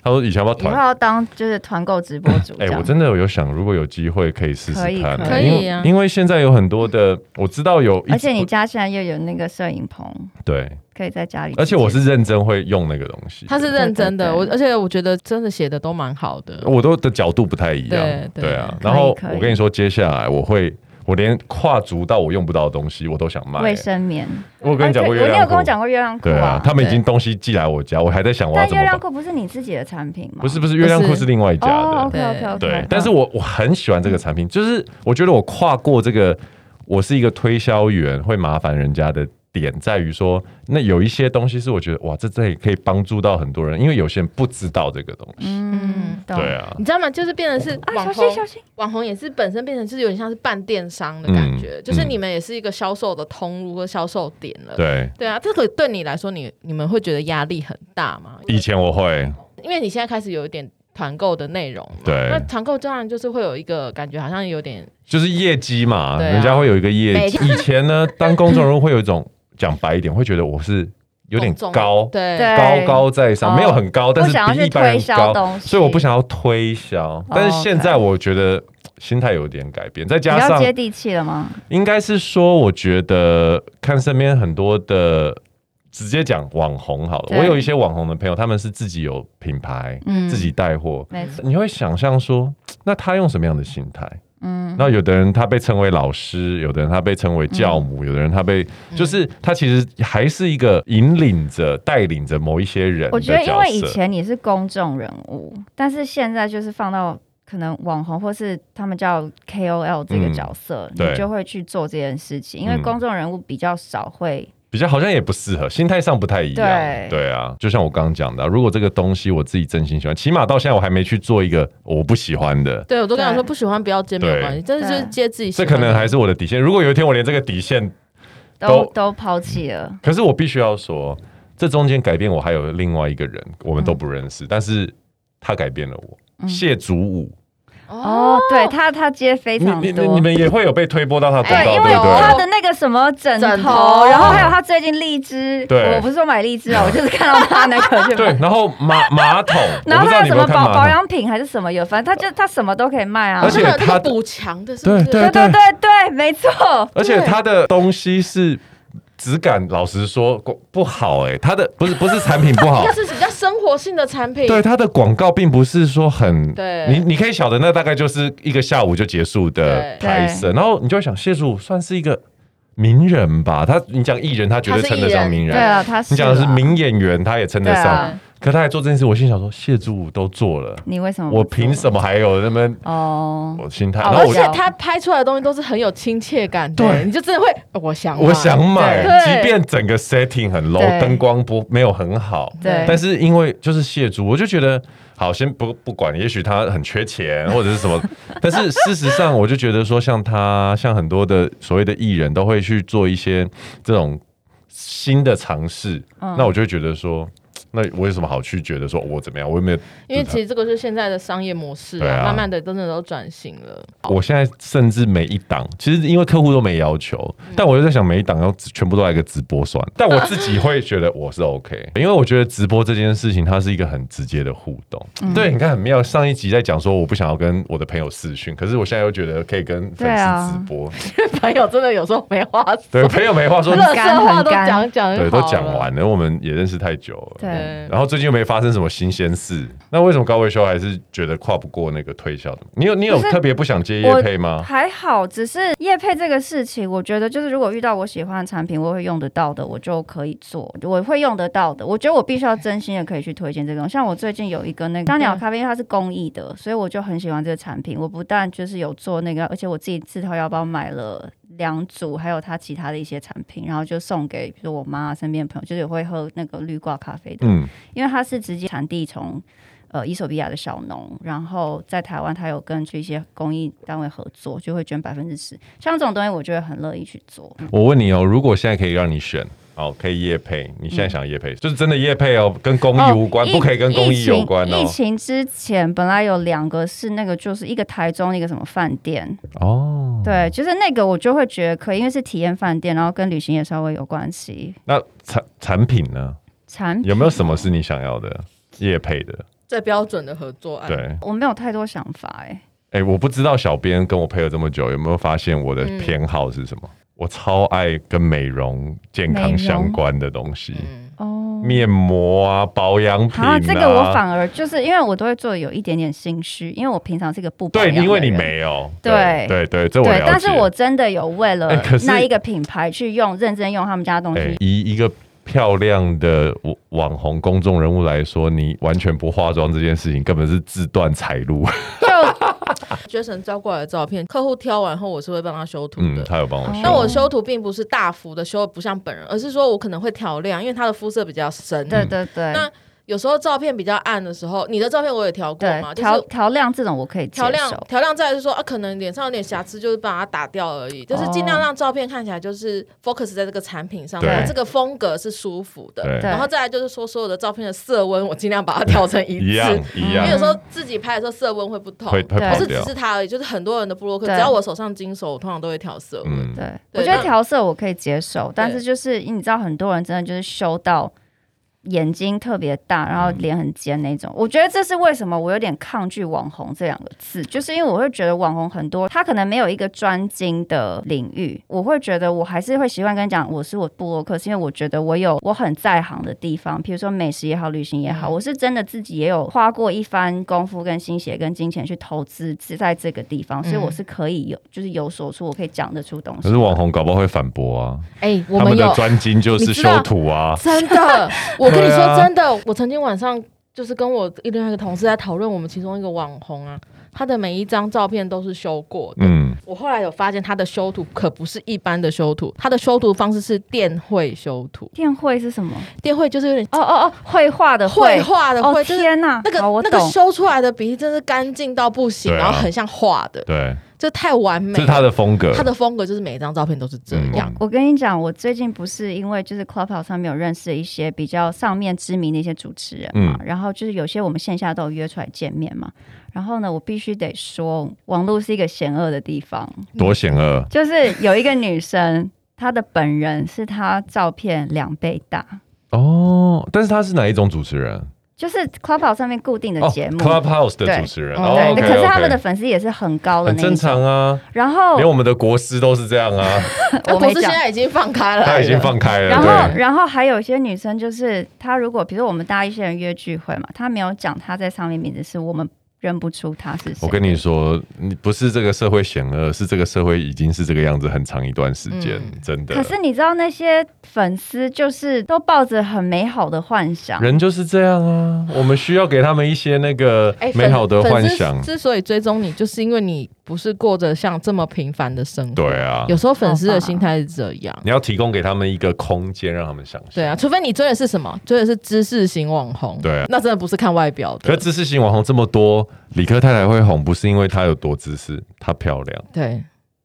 Speaker 1: 他说以前要不要
Speaker 2: 以后
Speaker 1: 团？
Speaker 2: 要当就是团购直播主，
Speaker 1: 哎、
Speaker 2: 这样
Speaker 1: 我真的有想，如果有机会可以试试
Speaker 2: 可以
Speaker 1: 看啊，
Speaker 2: 可
Speaker 3: 以
Speaker 1: 因为
Speaker 3: 可以啊
Speaker 1: 因为现在有很多的，我知道有一，
Speaker 2: 而且你家现在又有那个摄影棚，
Speaker 1: 对，
Speaker 2: 可以在家里，
Speaker 1: 而且我是认真会用那个东西，
Speaker 3: 他是认真的，
Speaker 2: 对
Speaker 3: 我
Speaker 2: 对
Speaker 3: 而且我觉得真的写的都蛮好的。
Speaker 1: 我都的角度不太一样，
Speaker 3: 对对
Speaker 1: 啊。
Speaker 2: 可以
Speaker 1: 然后
Speaker 2: 可以
Speaker 1: 我跟你说，接下来我会，我连跨足到我用不到的东西，我都想卖。
Speaker 2: 卫生棉，
Speaker 1: 我跟你讲过
Speaker 2: 啊
Speaker 1: 月
Speaker 2: 对我你
Speaker 1: 亮
Speaker 2: 有
Speaker 1: 裤
Speaker 2: 跟我，讲过月亮裤
Speaker 1: 对啊，他们已
Speaker 3: 对
Speaker 1: 经东西寄来我家，我还在想我要
Speaker 2: 但
Speaker 1: 怎
Speaker 2: 月
Speaker 1: 么
Speaker 2: 亮
Speaker 1: 办。
Speaker 2: 裤不是你自己的产品吗？
Speaker 1: 不是不是，月亮裤
Speaker 3: 不是
Speaker 1: 是另外一家
Speaker 2: 哦
Speaker 1: 的，
Speaker 2: ，OK OK
Speaker 3: 对
Speaker 2: OK，
Speaker 1: 对。但是我我很喜欢这个产品，就是我觉得我跨过这个，我是一个推销员，会麻烦人家的。点在于说，那有一些东西是我觉得哇，这这也可以帮助到很多人，因为有些人不知道这个东西。
Speaker 2: 嗯，懂
Speaker 1: 对哦啊，
Speaker 3: 你知道吗？就是变成是
Speaker 2: 啊，
Speaker 3: 网
Speaker 2: 小
Speaker 3: 红
Speaker 2: 心，小心，
Speaker 3: 网红也是本身变成就是有点像是半电商的感觉，
Speaker 1: 嗯
Speaker 3: 就是你们也是一个销售的通路或销售点了。
Speaker 1: 对，
Speaker 3: 对啊，这个对你来说，你你们会觉得压力很大吗？
Speaker 1: 以前我会，
Speaker 3: 因为你现在开始有一点团购的内容嘛，
Speaker 1: 对
Speaker 3: 那团购当然就是会有一个感觉，好像有点
Speaker 1: 就是业绩嘛，
Speaker 3: 对啊
Speaker 1: 人家会有一个业
Speaker 3: 每
Speaker 1: 绩。以前呢，当公众人物会有一种讲白一点，会觉得我是有点
Speaker 3: 重
Speaker 1: 高
Speaker 3: 对
Speaker 2: 对
Speaker 1: 高高在上，
Speaker 2: 哦
Speaker 1: 没有很高，但
Speaker 2: 不
Speaker 1: 是
Speaker 2: 想要
Speaker 1: 比
Speaker 2: 去
Speaker 1: 一般
Speaker 2: 推
Speaker 1: 人
Speaker 2: 销
Speaker 1: 高，
Speaker 2: 东西，哦
Speaker 1: 所以我不想要推销。但是现在我觉得心态有点改变，再
Speaker 2: 比
Speaker 1: 加
Speaker 2: 较
Speaker 1: 上
Speaker 2: 接地气了吗？
Speaker 1: 应该是说，我觉得看身边很多的。直接讲网红好了，
Speaker 2: 对
Speaker 1: 我有一些网红的朋友，他们是自己有品牌，
Speaker 2: 嗯
Speaker 1: 自己带货，
Speaker 2: 没错，
Speaker 1: 你会想象说，那他用什么样的心态？
Speaker 2: 嗯，
Speaker 1: 那有的人他被称为老师，有的人他被称为教母，有的人他被
Speaker 2: 嗯
Speaker 1: 就是他其实还是一个引领着、带领着某一些人
Speaker 2: 我
Speaker 1: 的
Speaker 2: 觉得因
Speaker 1: 角
Speaker 2: 为以
Speaker 1: 色。
Speaker 2: 前你是公众人物，但是现在就是放到。可能网红或是他们叫 KOL 这个
Speaker 1: 嗯
Speaker 2: 角色，
Speaker 1: 对
Speaker 2: 你就会去做这件事情，因为
Speaker 1: 嗯
Speaker 2: 公众人物比较少会
Speaker 1: 比较好像也不适合，心态上不太一样。
Speaker 2: 对
Speaker 1: 啊，就像我刚刚讲的啊，如果这个东西我自己真心喜欢，起码到现在我还没去做一个我不喜欢的，
Speaker 3: 对我都跟他说
Speaker 2: 对
Speaker 3: 不喜欢不要接没有关系，真的就是接自己喜
Speaker 1: 这
Speaker 3: 欢
Speaker 1: 可
Speaker 3: 的。
Speaker 1: 能还是我的底线。如果有一天我连这个底线
Speaker 2: 都
Speaker 1: 都
Speaker 2: 都抛弃了。
Speaker 1: 可是我必须要说，这中间改变我还有另外一个人，我们都不认识，但是他改变了我。
Speaker 2: 嗯
Speaker 1: 谢祖武，
Speaker 2: 哦，对他他接非
Speaker 1: 你
Speaker 2: 常
Speaker 1: 你你
Speaker 2: 多
Speaker 1: 你。们也会有被推播到他通
Speaker 2: 对，
Speaker 1: 告，
Speaker 2: 因
Speaker 1: 对
Speaker 2: 为
Speaker 1: 不
Speaker 3: 有
Speaker 1: 对
Speaker 2: 他？的那个什么枕头，
Speaker 3: 枕头
Speaker 2: 然后还有他最近荔枝，
Speaker 1: 对
Speaker 2: 我不是说买荔枝啊，我就是看到他那个去
Speaker 1: 对
Speaker 2: 买。，
Speaker 1: 然后马马 桶，
Speaker 2: 然
Speaker 1: 我
Speaker 2: 后
Speaker 1: 不知
Speaker 2: 他
Speaker 1: 道
Speaker 2: 有
Speaker 1: 你有没
Speaker 2: 什么
Speaker 1: 有看
Speaker 2: 保保
Speaker 1: 马桶，
Speaker 2: 养品还是什么有，反正他就他什么都可以卖啊
Speaker 1: 而。且
Speaker 3: 那个那
Speaker 1: 他
Speaker 3: 个补强的，是不是？
Speaker 1: 对
Speaker 2: 对对对对，没错。
Speaker 1: 而且他的东西是质感，老实说不不好哎，他的不是不是产品不好
Speaker 3: 应该。是比较生活性的产品。
Speaker 1: 对他的广告并不是说很，
Speaker 3: 对
Speaker 1: 你你可以晓得那大概就是一个下午就结束的
Speaker 2: 对
Speaker 1: 拍摄，然后你就会想谢祖武算是一个名人吧，他你讲艺人他绝对
Speaker 3: 他是
Speaker 1: 称得上名
Speaker 3: 艺
Speaker 1: 人
Speaker 2: 对，啊，他
Speaker 1: 你讲的是
Speaker 2: 啦
Speaker 1: 名演员他也称得
Speaker 2: 对
Speaker 1: 上
Speaker 2: 啊，
Speaker 1: 可他还做这件事，我心想说谢祖武都做了，
Speaker 2: 你为什么不
Speaker 1: 我
Speaker 2: 做
Speaker 1: 凭什么还有那么
Speaker 2: 哦？
Speaker 1: 我心态？
Speaker 2: 哦
Speaker 1: 然
Speaker 3: 而
Speaker 1: 后我
Speaker 3: 且
Speaker 2: 就
Speaker 3: 他拍出来的东西都是很有亲切感的，
Speaker 1: 对
Speaker 3: 你就真的会，呃我想买，
Speaker 1: 我想买，
Speaker 3: 对
Speaker 1: 即便整个 setting 很 low，
Speaker 2: 对
Speaker 1: 灯光不没有很好，
Speaker 2: 对
Speaker 1: 但是因为就是谢珠，我就觉得好，先不不管，也许他很缺钱或者是什么， 但是事实上，我就觉得说，像他，像很多的所谓的艺人都会去做一些这种新的尝试，
Speaker 2: 嗯
Speaker 1: 那我就会觉得说。那我有什么好去觉得说哦我怎么样？我有没有？
Speaker 3: 因为其实这个就是现在的商业模式
Speaker 1: 对啊
Speaker 3: 慢慢的真的都转型了。
Speaker 1: 我现在甚至每一档，其实因为客户都没要求，
Speaker 2: 嗯
Speaker 1: 但我就在想每一档要全部都来个直播 算了，但我自己会觉得我是 OK，因为我觉得直播这件事情它是一个很直接的互动。
Speaker 2: 嗯
Speaker 1: 对，你看很妙，上一集在讲说我不想要跟我的朋友视讯，可是我现在又觉得可以跟粉
Speaker 2: 对啊
Speaker 1: 丝直播，
Speaker 3: 朋友真的有时候没话说，
Speaker 1: 对，朋友没话说
Speaker 2: 很，
Speaker 3: 乐
Speaker 2: 干
Speaker 3: 色话都
Speaker 2: 很干
Speaker 3: 讲讲，
Speaker 1: 对，都讲。完了，我们也认识太久了。
Speaker 2: 对
Speaker 3: 对，
Speaker 1: 然后最近又没发生什么新鲜事，那为什么高维修还是觉得跨不过那个推销的？你有你有
Speaker 2: 不是
Speaker 1: 特别不想接
Speaker 2: 我
Speaker 1: 业配吗？
Speaker 2: 还好，只是业配这个事情，我觉得就是如果遇到我喜欢的产品，我会用得到的，我就可以做，我会用得到的。我觉得我必须要真心的可以去推荐这种。像我最近有一个那个张鸟咖啡，因为它是公益的，所以我就很喜欢这个产品。我不但就是有做那个，而且我自己自掏腰包买了两组，还有它其他的一些产品，然后就送给比如说我妈身边的朋友，就是有会喝那个绿挂咖啡的，
Speaker 1: 嗯，
Speaker 2: 因为它是直接产地从。呃伊索比亚的小农，然后在台湾他有跟去一些公益单位合作，就会捐百分之十。像这种东西，我就会很乐意去做。嗯
Speaker 1: 我问你哦，如果现在可以让你选，哦，可以夜配，你现在想夜配，就是真的夜配哦，跟公益无关，
Speaker 2: 嗯哦
Speaker 1: 不可以跟公益有关
Speaker 2: 疫情。
Speaker 1: 哦
Speaker 2: 疫。情之前本来有两个是那个，就是一个台中，一个什么饭店，
Speaker 1: 哦，
Speaker 2: 对，就是那个我就会觉得可以，因为是体验饭店，然后跟旅行也稍微有关系。
Speaker 1: 那产产品呢？
Speaker 2: 产品
Speaker 1: 有没有什么是你想要的夜配的？
Speaker 3: 最标准的合作
Speaker 2: 呃
Speaker 3: 案。
Speaker 1: 对，，
Speaker 2: 我没有太多想法哎、
Speaker 1: 哎、我不知道小编跟我配合这么久，有没有发现我的
Speaker 2: 嗯
Speaker 1: 偏好是什么？我超爱跟美容、健
Speaker 2: 美
Speaker 1: 康
Speaker 2: 容
Speaker 1: 相关的东西，
Speaker 3: 嗯，
Speaker 2: 哦，
Speaker 1: 面膜啊、保养品啊。
Speaker 2: 啊，这个我反而就是因为我都会做有一点点心虚，因为我平常是一个不保
Speaker 1: 对，
Speaker 2: 养的
Speaker 1: 因为你
Speaker 2: 人
Speaker 1: 没有。
Speaker 2: 对
Speaker 1: 对对，这我了解。，
Speaker 2: 对但是我真的有为了
Speaker 1: 哎可是
Speaker 2: 那一个品牌去用认真用他们家的东
Speaker 1: 哎
Speaker 2: 西，
Speaker 1: 以一个漂亮的网网红公众人物来说，你完全不化妆这件事情，根本是自断财路。
Speaker 2: 就
Speaker 3: Jason 交过来的照片，客户挑完后，我是会帮他修图
Speaker 1: 嗯，
Speaker 3: 的。
Speaker 1: 他有帮我
Speaker 2: 哦
Speaker 1: 修。
Speaker 3: 那我修图并不是大幅的修，得不像本人，而是说我可能会调亮，因为他的肤色比较深。
Speaker 2: 对对对
Speaker 3: 嗯那有时候照片比较暗的时候，你的照片我也调过嘛，
Speaker 2: 对
Speaker 3: 就
Speaker 2: 调
Speaker 3: 是
Speaker 2: 调亮这种我可以接
Speaker 3: 调亮
Speaker 2: 受，
Speaker 3: 调亮，再来就是说啊，可能脸上有点瑕疵，就是把它打掉而已，就是尽量让照片看起来就是 focus 在这个产品上
Speaker 1: 哦对
Speaker 3: 面，这个风格是舒服的。
Speaker 1: 对
Speaker 2: 对
Speaker 3: 然后再来就是说，所有的照片的色温，我尽量把它调成 一
Speaker 1: 一
Speaker 3: 致，
Speaker 1: 样一
Speaker 2: 嗯
Speaker 3: 因为有
Speaker 1: 样
Speaker 3: 时候自己拍的时候色温会不同，
Speaker 1: 会会
Speaker 2: 对
Speaker 3: 不
Speaker 1: 跑
Speaker 3: 是只
Speaker 1: 掉。
Speaker 3: 是它而已，就是很多人的布洛克，只
Speaker 2: 对
Speaker 3: 要我手上经手，我通常都会调色温。
Speaker 1: 嗯，
Speaker 2: 对，我
Speaker 3: 对
Speaker 2: 觉得
Speaker 3: 那
Speaker 2: 调色我可以接受，但是就是你知道，很多人真的就是修到眼睛特别大，然后脸很尖那种。我觉得这是为什么我有点抗拒“网红”这两个字，就是因为我会觉得网红很多，他可能没有一个专精的领域。我会觉得我还是会习惯跟你讲我是我布洛克，是因为我觉得我有我很在行的地方，比如说美食也好，旅行也好，
Speaker 3: 嗯
Speaker 2: 我是真的自己也有花过一番功夫、跟心血、跟金钱去投资在这个地方，所以我
Speaker 3: 嗯
Speaker 2: 是可以有就是有所出，我可以讲得出东西。
Speaker 1: 可是网红搞不好会反驳啊，
Speaker 3: 哎、我
Speaker 1: 他
Speaker 3: 们
Speaker 1: 们的
Speaker 3: 有
Speaker 1: 专精就是
Speaker 3: 你知
Speaker 1: 修
Speaker 3: 道
Speaker 1: 图 啊。
Speaker 3: 真的，我跟你
Speaker 1: 对啊
Speaker 3: 说真的，我曾经晚上就是跟我另外一个同事在讨论我们其中一个网红啊，他的每一张照片都是修过的。
Speaker 1: 嗯，
Speaker 3: 我后来有发现，他的修图可不是一般的修图，他的修图方式是电绘修图。
Speaker 2: 电绘是什么？
Speaker 3: 电绘就是有点
Speaker 2: 哦哦哦，绘画的
Speaker 3: 绘画的绘，
Speaker 2: 哦
Speaker 3: 就是
Speaker 2: 天哪，
Speaker 3: 那个
Speaker 2: 好我
Speaker 3: 那个
Speaker 2: 懂。
Speaker 3: 修出来的比例真是干净到不行，
Speaker 1: 对啊
Speaker 3: 然后很像画的，
Speaker 1: 对，
Speaker 3: 这太完美
Speaker 1: 这
Speaker 3: 了。
Speaker 1: 是他的风格。
Speaker 3: 他的风格就是每一张照片都是这样。
Speaker 1: 嗯
Speaker 2: 我跟你讲，我最近不是因为就是 Clubhouse 上面有认识一些比较上面知名的一些主持人
Speaker 1: 嗯
Speaker 2: 嘛，然后就是有些我们线下都有约出来见面嘛。然后呢，我必须得说，网络是一个险恶的地方，
Speaker 1: 多险恶。
Speaker 2: 就是有一个女生，她的本人是她照片两倍大，
Speaker 1: 哦，但是他是哪一种主持人？
Speaker 2: 就是 Clubhouse 上面固定的
Speaker 1: 哦
Speaker 2: 节目。
Speaker 1: ，Clubhouse 的
Speaker 2: 对
Speaker 1: 主持人。
Speaker 3: 对
Speaker 1: 哦
Speaker 2: 对
Speaker 1: OK，
Speaker 2: 可是他们的
Speaker 1: OK
Speaker 2: 粉丝也是很高的
Speaker 1: 很
Speaker 2: 那一
Speaker 1: 正常
Speaker 2: 种。哦
Speaker 1: 啊，
Speaker 2: 然后
Speaker 1: 连我们的国师都是这样啊，
Speaker 3: 那
Speaker 2: 嗯我
Speaker 3: 哎博
Speaker 2: 没
Speaker 3: 士现
Speaker 2: 讲。
Speaker 3: 在已经放开了，
Speaker 1: 他已经放开了。
Speaker 2: 然后，
Speaker 1: 对，
Speaker 2: 然后还有一些女生，就是她如果，比如说我们大家一些人约聚会嘛，她没有讲她在上面名字，是我们认不出她是谁。
Speaker 1: 我跟你说，你不是这个社会险恶，是这个社会已经是这个样子很长一段时间，
Speaker 3: 嗯
Speaker 1: 真的
Speaker 2: 可。是你知道那些粉丝就是都抱着很美好的幻想，
Speaker 1: 人就是这样啊，我们需要给他们一些那个
Speaker 3: 哎，粉
Speaker 1: 美好的幻想
Speaker 3: 粉丝。之所以追踪你，就是因为你不是过着像这么平凡的生活。
Speaker 1: 对啊
Speaker 3: 有，时候粉丝
Speaker 2: 哦
Speaker 3: 的心态是这样。
Speaker 1: 你要提供给他们一个空间，让他们想象。
Speaker 3: 对啊，除非你追的是什么？追的是知识型网红。
Speaker 1: 对啊
Speaker 3: 那真的不是看外表
Speaker 1: 可
Speaker 3: 的
Speaker 1: 是。知识型网红这么多，理科太太会红，不是因为她有多知识，她漂亮，
Speaker 3: 对，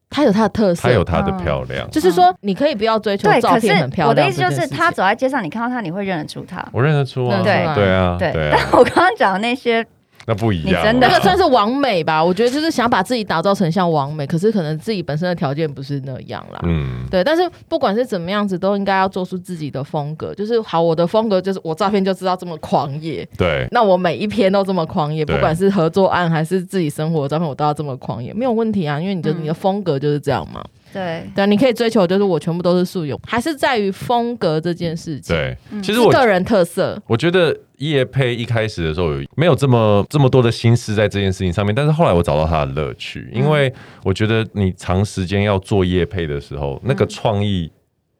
Speaker 3: 她有她的特色
Speaker 1: 她。有她的嗯漂亮。
Speaker 3: 就是说，你可以不要追求
Speaker 2: 对，
Speaker 3: 照
Speaker 2: 可是
Speaker 3: 片很漂亮。
Speaker 2: 我的意思就是，她
Speaker 3: 她
Speaker 2: 走在街上，你看到她，你会认得出她。
Speaker 1: 我认得出啊，
Speaker 2: 得
Speaker 3: 认
Speaker 1: 对
Speaker 2: 出
Speaker 1: 啊，
Speaker 3: 来
Speaker 1: 对啊，
Speaker 2: 对 但我刚刚讲的那些，
Speaker 1: 那不一样啊。
Speaker 2: 你真的
Speaker 3: 那个算是完美吧？我觉得就是想把自己打造成像完美，可是可能自己本身的条件不是那样啦。
Speaker 1: 嗯，
Speaker 3: 对，但是不管是怎么样子，都应该要做出自己的风格。就是好，我的风格就是我照片就知道这么狂野，
Speaker 1: 对，
Speaker 3: 那我每一篇都这么狂野，
Speaker 1: 对
Speaker 3: 不管是合作案还是自己生活的照片，我都要这么狂野，没有问题啊，因为你的、
Speaker 2: 嗯
Speaker 3: 你的风格就是这样嘛。
Speaker 2: 对，
Speaker 3: 对，你可以追求就是我全部都是素有，还是在于风格这件事情，
Speaker 1: 对。
Speaker 2: 嗯
Speaker 1: 其实
Speaker 3: 是
Speaker 1: 我
Speaker 3: 个人特色。
Speaker 1: 我觉得叶佩一开始的时候有没有这么这么多的心思在这件事情上面，但是后来我找到他的乐趣，因为我觉得你长时间要做叶佩的时候，那个创意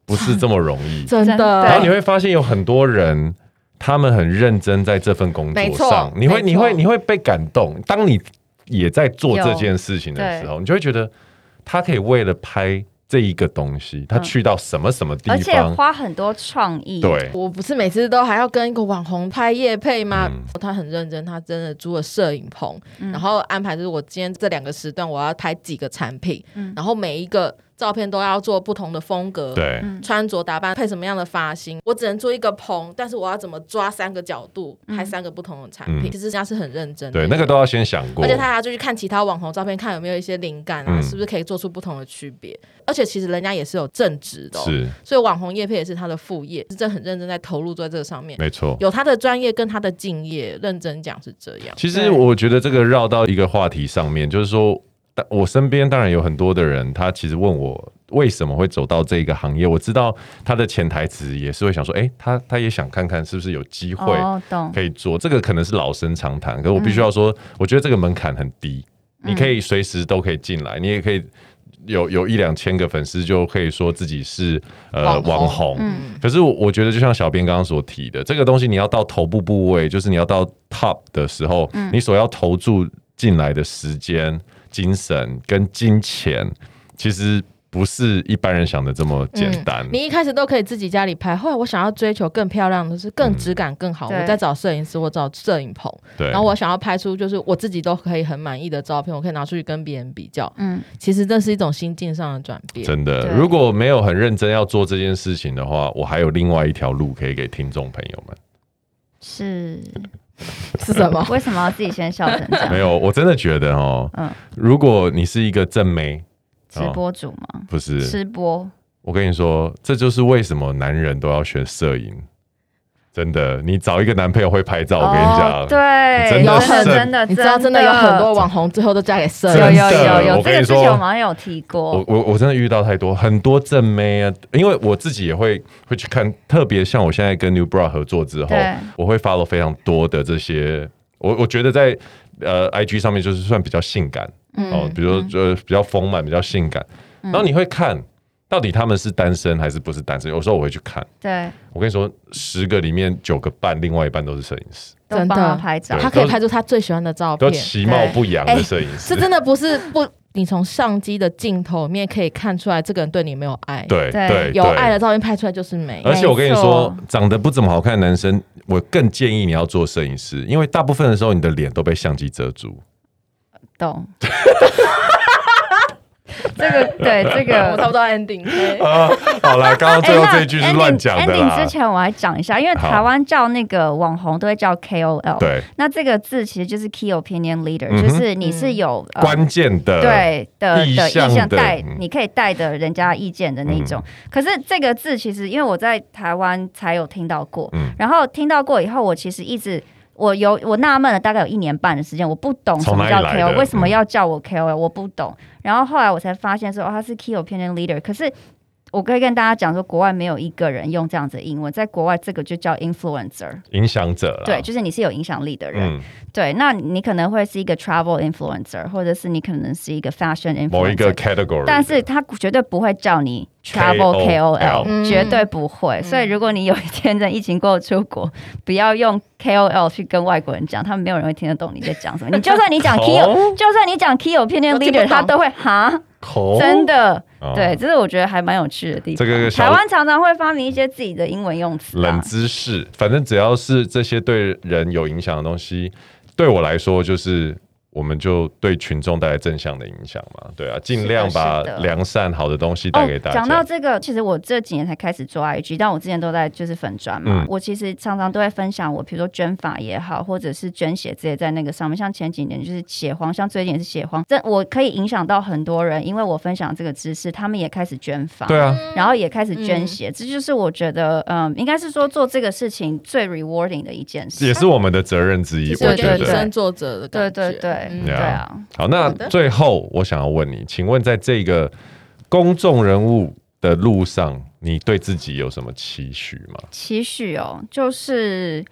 Speaker 1: 不是这么容易。
Speaker 3: 真
Speaker 2: 真的
Speaker 3: 的，
Speaker 1: 然后你会发现有很多人。他们很认真在这份工
Speaker 3: 没
Speaker 1: 作
Speaker 3: 错
Speaker 1: 上，你会
Speaker 3: 没
Speaker 1: 你
Speaker 3: 错
Speaker 1: 会你会被感动。当你也在做这件事情的时候，你就会觉得他可以为了拍这一个东西，他
Speaker 2: 嗯
Speaker 1: 去到什么什么地
Speaker 2: 而且
Speaker 1: 方，
Speaker 2: 花很多创意。
Speaker 1: 对，
Speaker 3: 我不是每次都还要跟一个网红拍夜配吗？
Speaker 1: 嗯
Speaker 3: 他很认真，他真的租了摄影棚，
Speaker 2: 嗯
Speaker 3: 然后安排就是我今天这两个时段我要拍几个产品，
Speaker 2: 嗯
Speaker 3: 然后每一个照片都要做不同的风格，
Speaker 1: 对，
Speaker 2: 嗯
Speaker 3: 穿着打扮配什么样的发型，我只能做一个棚，但是我要怎么抓三个角度
Speaker 2: 嗯
Speaker 3: 拍三个不同的产
Speaker 1: 嗯
Speaker 3: 品，其实人家是很认真的。
Speaker 1: 对，那个都要先想过
Speaker 3: 而。且他还要就去看其他网红照片，看有没有一些灵感啊，
Speaker 1: 嗯
Speaker 3: 是不是可以做出不同的区别？而且其实人家也是有正职的、哦，
Speaker 1: 是，
Speaker 3: 所以网红业配也是他的副业，是真的很认真在投入在这个上面，
Speaker 1: 没错。
Speaker 3: 有他的专业跟他的敬业，认真讲是这样。
Speaker 1: 其实
Speaker 2: 对
Speaker 1: 我觉得这个绕到一个话题上面，就是说，但我身边当然有很多的人，他其实问我为什么会走到这个行业，我知道他的潜台词也是会想说，诶，他他也想看看是不是有机会
Speaker 2: 哦，懂。
Speaker 1: 可以做，这个可能是老生常谈，可是我
Speaker 3: 嗯
Speaker 1: 必须要说，我觉得这个门槛很低，你可以随时都可以进来，你也可以。有有一两千个粉丝就可以说自己是呃
Speaker 3: 网红
Speaker 1: 网红，
Speaker 2: 嗯
Speaker 1: 可是我我觉得就像小编刚刚所提的，这个东西你要到头部部位，就是你要到 top 的时候，
Speaker 3: 嗯
Speaker 1: 你所要投注进来的时间、精神跟金钱，其实不是一般人想的这么简单。
Speaker 3: 嗯你一开始都可以自己家里拍，后来我想要追求更漂亮的是更质感更好，
Speaker 2: 对
Speaker 3: 我在找摄影师，我找摄影棚，
Speaker 1: 嗯对，
Speaker 3: 然后我想要拍出就是我自己都可以很满意的照片，我可以拿出去跟别人比较。
Speaker 2: 嗯，
Speaker 3: 其实这是一种心境上的转变。
Speaker 1: 真的，
Speaker 2: 对
Speaker 1: 如果没有很认真要做这件事情的话，我还有另外一条路可以给听众朋友们。
Speaker 2: 是
Speaker 3: 是什么？
Speaker 2: 为什么要自己先笑成这 样？
Speaker 1: 没有，哦我真的觉得哦，
Speaker 2: 嗯
Speaker 1: 如果你是一个正妹，
Speaker 2: 吃播主吗？
Speaker 1: 不是，
Speaker 2: 吃播
Speaker 1: 我跟你说，这就是为什么男人都要学摄影。真的，你找一个男朋友会拍照，我跟你讲，
Speaker 2: 哦对，
Speaker 1: 真的
Speaker 2: 有
Speaker 1: 是
Speaker 2: 很啊真的，
Speaker 3: 你知道真的有很多 网红最后都嫁给摄
Speaker 1: 真
Speaker 2: 有
Speaker 1: 的
Speaker 3: 影
Speaker 2: 有
Speaker 3: 师。
Speaker 2: 有有，
Speaker 1: 我
Speaker 2: 这
Speaker 1: 跟
Speaker 2: 个
Speaker 1: 你
Speaker 2: 之
Speaker 1: 说
Speaker 2: 前我们好像有提
Speaker 1: 我
Speaker 3: 哦
Speaker 2: 过，
Speaker 1: 我我真的遇到太多很多正妹啊，因为我自己也会会去看，特别像我现在跟 New Bra 合作之后
Speaker 2: 对，
Speaker 1: 我会 follow 非常多的这些，我我觉得在呃 IG 上面就是算比较性感、
Speaker 3: 嗯
Speaker 1: 哦，比如说呃比较丰满、比较性感，然后你会看到底他们是单身还是不是单身，有时候我会去看，
Speaker 2: 对，
Speaker 1: 我跟你说，十个里面九个半，另外一半都是摄影师，
Speaker 2: 都
Speaker 3: 真的
Speaker 2: 帮他拍照
Speaker 1: 对，
Speaker 3: 他可以拍出他最喜欢的照
Speaker 1: 都
Speaker 3: 片，
Speaker 1: 其貌不扬的
Speaker 3: 哦对哎
Speaker 1: 摄影师
Speaker 3: 是，真的不是不，你从相机的镜头里面可以看出来这个人对你没有爱，，
Speaker 1: 对
Speaker 2: 对
Speaker 1: 对，
Speaker 3: 有
Speaker 1: 对
Speaker 3: 爱的照片拍出来就是美。
Speaker 1: 而且我跟你
Speaker 2: 没
Speaker 1: 说
Speaker 2: 错，
Speaker 1: 长得不怎么好看的男生，我更建议你要做摄影师，因为大部分的时候你的脸都被相机遮 住。
Speaker 2: 懂。 这个对这
Speaker 1: 呃
Speaker 3: 我差
Speaker 2: 个。
Speaker 3: 不多 ending，OK
Speaker 1: 啊，好啦，刚刚
Speaker 2: 哎
Speaker 1: 最后
Speaker 2: 那
Speaker 1: 这一句是
Speaker 2: ending-
Speaker 1: 乱讲的
Speaker 2: ending
Speaker 1: 啦
Speaker 2: 嗯之。前我还讲一下，因为
Speaker 1: 好
Speaker 2: 台湾叫那个网红都会叫 KOL，
Speaker 1: 对，
Speaker 2: 那这个字其实就是 key opinion leader，、
Speaker 1: 嗯哼嗯
Speaker 2: 就是你是有、呃
Speaker 1: 关键的，
Speaker 2: 对的
Speaker 1: 意
Speaker 2: 的意
Speaker 1: 向
Speaker 2: 向
Speaker 1: 的
Speaker 2: 带
Speaker 1: 嗯，
Speaker 2: 你可以带的人家意见的那种。可是这个字其实，因为我在台湾才有听到过，
Speaker 1: 嗯
Speaker 2: 然后听到过以后，我其实一直。我有我纳闷了大概有一年半的时间，我不懂什
Speaker 1: 从哪
Speaker 2: 么
Speaker 1: 里
Speaker 2: 叫
Speaker 1: 来的
Speaker 2: KOL，为什么
Speaker 1: 嗯
Speaker 2: 要叫我 KOL，我不懂。然后后来我才发现说，哦，他是 Key Opinion Leader。可是我可以跟大家讲说，国外没有一个人用这样子的英文，在国外这个就叫 influencer，
Speaker 1: 影响者啦。
Speaker 2: 对，，就是你是有影响力的人。
Speaker 1: 嗯，
Speaker 2: 对，那你可能会是一个 travel influencer，或者是你可能是一个 fashion
Speaker 1: 某一个
Speaker 2: influencer，
Speaker 1: category，
Speaker 2: 但是他绝对不会叫你 travel
Speaker 1: KOL
Speaker 2: KOL，、
Speaker 3: 嗯
Speaker 2: 绝对不会。所以如果你有一天在疫情过后出国， 不要用 KOL 去跟外国人讲，他们没有人会听得懂你在讲 什么。你就算你讲 key，、
Speaker 1: 哦
Speaker 2: 就算你讲 key opinion
Speaker 3: 都听不
Speaker 2: leader，
Speaker 3: 懂
Speaker 2: 他都会哈，
Speaker 1: 口
Speaker 2: 真的，
Speaker 1: 哦
Speaker 2: 对，这是我觉得还蛮有趣的地方。
Speaker 1: 这个小
Speaker 2: 台湾常常会发明一些自己的英文用词、
Speaker 1: 冷
Speaker 2: 啊，
Speaker 1: 知识，反正只要是这些对人有影响的东西，对我来说就是。我们就对群众带来正向的影响嘛，对啊，尽量
Speaker 2: 是
Speaker 1: 把
Speaker 2: 的是的
Speaker 1: 良善好的东西带给大家。
Speaker 2: 哦讲到这个，其实我这几年才开始做 IG，但我之前都在就是粉砖嘛。
Speaker 1: 嗯
Speaker 2: 我其实常常都会分享我，比如说捐发也好，或者是捐血这些在那个上面。像前几年就是血荒，像最近也是血荒，这我可以影响到很多人，因为我分享这个知识，他们也开始捐发。
Speaker 3: 嗯
Speaker 1: 对啊，
Speaker 2: 然后也开始捐血，这就是我觉得，嗯，应该是说做这个事情最 rewarding 的一件事。
Speaker 1: 也是我们的责任 之一，
Speaker 3: 就是
Speaker 1: 我
Speaker 3: 有
Speaker 1: 觉
Speaker 3: 点以
Speaker 2: 对
Speaker 1: 得。
Speaker 3: 身作则的
Speaker 2: 对
Speaker 3: 感觉。
Speaker 2: 对对，
Speaker 3: 嗯
Speaker 2: 对啊，
Speaker 1: 好，那
Speaker 3: 好的
Speaker 1: 最后我想要问你，请问在这个公众人物的路上，你对自己有什么期许吗？
Speaker 2: 期许哦，就是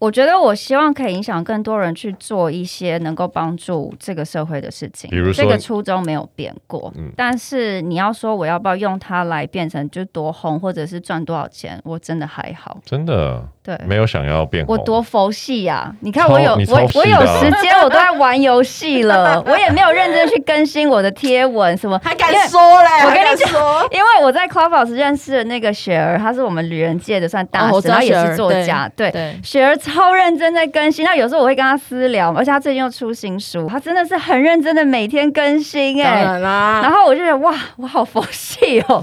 Speaker 2: 我觉得我希望可以影响更多人去做一些能够帮助这个社会的事情。
Speaker 1: 比如说
Speaker 2: 这个初衷没有变过，
Speaker 1: 嗯
Speaker 2: 但是你要说我要不要用它来变成就多红或者是赚多少钱，我真的还好。
Speaker 1: 真的，
Speaker 2: 对，
Speaker 1: 没有想要变红。
Speaker 2: 我多佛系呀、你看
Speaker 1: 超
Speaker 2: 我有
Speaker 1: 你超
Speaker 2: 我我
Speaker 1: 佛系的
Speaker 2: 有
Speaker 1: 啊
Speaker 2: 时间，我都在玩游戏了，我也没有认真去更新我的贴文什么，
Speaker 3: 还敢
Speaker 2: 因为
Speaker 3: 说嘞？
Speaker 2: 我跟你
Speaker 3: 还敢说，
Speaker 2: 因为我在 Clubhouse 认识的那个雪儿，她是我们旅人界的算大
Speaker 3: 哦我
Speaker 2: 神，
Speaker 3: 知道
Speaker 2: 她也
Speaker 3: 雪
Speaker 2: 是
Speaker 3: 儿
Speaker 2: 作家，对。
Speaker 3: 对，
Speaker 2: 雪儿超认真在更新，那有时候我会跟她私聊，而且她最近又出新书，她真的是很认真的每天更新
Speaker 3: 当
Speaker 2: 哎、
Speaker 3: 然啦
Speaker 2: 然，后我就觉得哇，我好佛系 哦。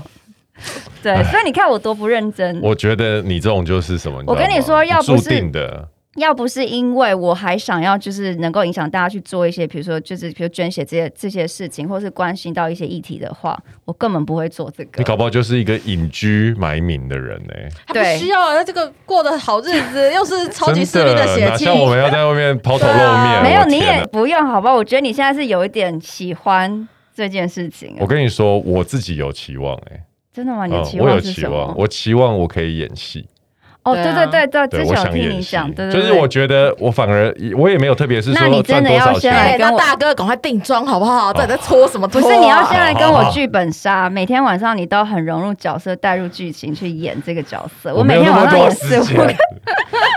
Speaker 2: 对
Speaker 1: 哎，
Speaker 2: 所以你看我多不认真。
Speaker 1: 我觉得你这种就是什么？你知道
Speaker 2: 我跟你
Speaker 1: 吗
Speaker 2: 说要
Speaker 1: 注
Speaker 2: 不是
Speaker 1: 定的，
Speaker 2: 要不是因为我还想要就是能够影响大家去做一些，比如说就是比如捐血这些这些事情，或是关心到一些议题的话，我根本不会做这
Speaker 1: 你
Speaker 2: 个。
Speaker 1: 搞不好就是一个隐居埋名的人呢、
Speaker 3: 他不
Speaker 2: 对
Speaker 3: 需要啊，他这个过得好日 子，又是超级势
Speaker 1: 真
Speaker 3: 力
Speaker 1: 的，
Speaker 3: 血
Speaker 1: 哪
Speaker 3: 气，
Speaker 1: 像我们要在外面抛头露
Speaker 3: 对啊
Speaker 1: 面，
Speaker 2: 没
Speaker 1: 我
Speaker 2: 有，
Speaker 1: 的
Speaker 2: 你
Speaker 1: 天
Speaker 2: 也
Speaker 1: 啊
Speaker 2: 不用，好吧？我觉得你现在是有一点喜欢这件事情、
Speaker 1: 我
Speaker 2: 啊，
Speaker 1: 跟你说，我自己有期望哎、
Speaker 2: 真的哦吗？你的
Speaker 1: 嗯
Speaker 2: 期
Speaker 1: 我有
Speaker 2: 望是
Speaker 1: 期
Speaker 2: 什
Speaker 1: 望，
Speaker 2: 么？
Speaker 1: 我期望我可以演戏，
Speaker 2: 哦，
Speaker 3: 对
Speaker 2: 对
Speaker 3: 啊
Speaker 2: 对对对，
Speaker 1: 对
Speaker 2: 之
Speaker 1: 我
Speaker 2: 前有
Speaker 1: 想
Speaker 2: 听
Speaker 1: 演
Speaker 2: 你
Speaker 1: 戏
Speaker 2: 讲，对，对
Speaker 1: 就是
Speaker 2: 对
Speaker 1: 我觉得我反而我也没有特别是
Speaker 2: 那
Speaker 1: 说
Speaker 2: 你
Speaker 1: 赚
Speaker 2: 真的
Speaker 1: 多
Speaker 2: 要
Speaker 1: 少
Speaker 2: 先
Speaker 1: 钱，
Speaker 2: 来
Speaker 3: 哎，
Speaker 2: 跟
Speaker 3: 那
Speaker 2: 我
Speaker 3: 大哥赶快定妆好不好？到底
Speaker 1: 哦
Speaker 3: 在搓什么
Speaker 2: 不
Speaker 3: 搓啊？
Speaker 2: 是你要先来跟
Speaker 1: 好好
Speaker 2: 我
Speaker 1: 好
Speaker 2: 剧本杀，每天晚上你都很融入角色，带入剧情去演这个角色。我
Speaker 1: 没有
Speaker 2: 每天
Speaker 1: 那么
Speaker 2: 晚上
Speaker 1: 多
Speaker 2: 演
Speaker 1: 时
Speaker 2: 四五个
Speaker 1: 间，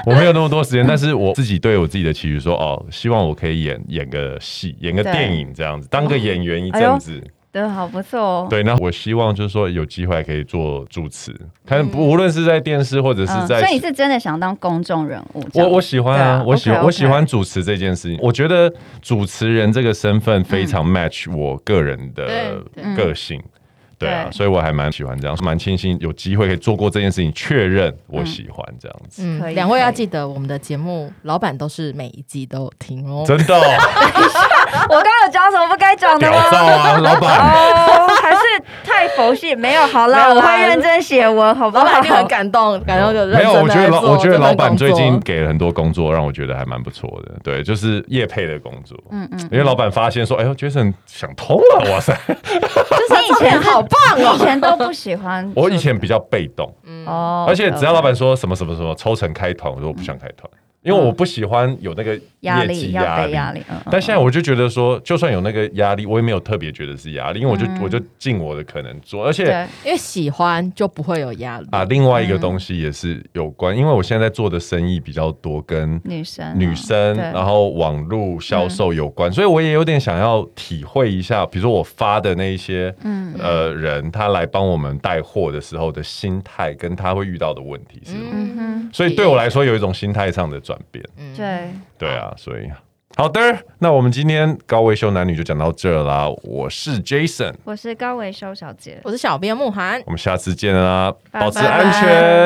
Speaker 1: 我没有那么多时间，但是我自己对我自己的期许说，哦，希望我可以演演个戏，演个
Speaker 2: 对
Speaker 1: 电影这样子，当个演员一
Speaker 2: 哎呦
Speaker 1: 阵子。
Speaker 2: 对，好不错哦。
Speaker 1: 对，那我希望就是说有机会可以做主持，看无论是在电视或者是
Speaker 2: 嗯，
Speaker 1: 在
Speaker 2: 所以你是真的想当公众人物？这
Speaker 1: 我
Speaker 2: 样
Speaker 1: 我喜欢啊，
Speaker 2: 对啊
Speaker 1: 我喜
Speaker 2: OK，OK
Speaker 1: 我喜欢主持这件事情。我觉得主持人这个身份非常
Speaker 2: 嗯
Speaker 1: match 我个人的
Speaker 3: 对
Speaker 2: 对
Speaker 1: 个性，嗯对啊，
Speaker 2: 对
Speaker 1: 所以我还蛮喜欢这样，蛮庆幸有机会可以做过这件事情，确认我喜欢这样子。
Speaker 2: 可以
Speaker 3: 嗯两位要
Speaker 2: 可以
Speaker 3: 记得，我们的节目老板都是每一季都有听哦。
Speaker 1: 真 的哦、
Speaker 2: 我刚刚有讲什么不该讲的
Speaker 1: 屌
Speaker 2: 吗？
Speaker 1: 照啊，老板！
Speaker 2: 哦，还是太佛系，没有好
Speaker 3: 没
Speaker 2: 啦，
Speaker 3: 有
Speaker 2: 我
Speaker 3: 啦
Speaker 2: 会认真写文，好不
Speaker 3: 老板一定
Speaker 2: 好
Speaker 3: 很？感动，感动就认
Speaker 1: 没有，
Speaker 3: 真
Speaker 1: 我
Speaker 3: 地
Speaker 1: 觉得
Speaker 3: 在
Speaker 1: 老，
Speaker 3: 做
Speaker 1: 我觉
Speaker 3: 这
Speaker 1: 得
Speaker 3: 份
Speaker 1: 老板
Speaker 3: 工
Speaker 1: 最近
Speaker 3: 作
Speaker 1: 给了很多工作，让我觉得还蛮不错的。对，就是业配的工作。嗯嗯，因为老板发现说，哎呦，Jason 想通了， 哇塞！，
Speaker 2: 你以前
Speaker 3: 好棒哦
Speaker 2: 你以前都不喜欢
Speaker 1: 我以前比较被动，
Speaker 2: 哦，
Speaker 1: 而且只要老板说什么什么什么抽成开团，我说我不想开团，因为我不喜欢有那个
Speaker 2: 嗯压
Speaker 1: 业绩
Speaker 2: 力要
Speaker 1: 压
Speaker 2: 给
Speaker 1: 力。
Speaker 2: 压力，嗯，嗯
Speaker 1: 但现在我就觉得说，就算有那个压力，我也没有特别觉得是压力，因为我就、
Speaker 2: 嗯
Speaker 1: 我就尽我的可能做。而且
Speaker 2: 对，
Speaker 3: 因为喜欢就不会有压力
Speaker 1: 啊，另外一个东西也是有关，因为我现在做的生意比较多跟
Speaker 2: 女生，啊
Speaker 1: 女生，
Speaker 2: 嗯对嗯
Speaker 1: 然后网络销售有关，所以我也有点想要体会一下，比如说我发的那一些
Speaker 2: 嗯，
Speaker 1: 呃人，他来帮我们带货的时候的心态，跟他会遇到的问题是什么。
Speaker 2: 嗯哼
Speaker 1: 所以对我来说有一种心态上的转变。
Speaker 3: 来
Speaker 1: 对
Speaker 2: 对，
Speaker 1: 啊，所以好的，那我们今天高维修男女就讲到这啦。我是 Jason，
Speaker 2: 我是高维修小姐，
Speaker 3: 我是小编慕涵，
Speaker 1: 我们下次见啦，
Speaker 2: 拜
Speaker 1: 保持
Speaker 2: 拜
Speaker 1: 安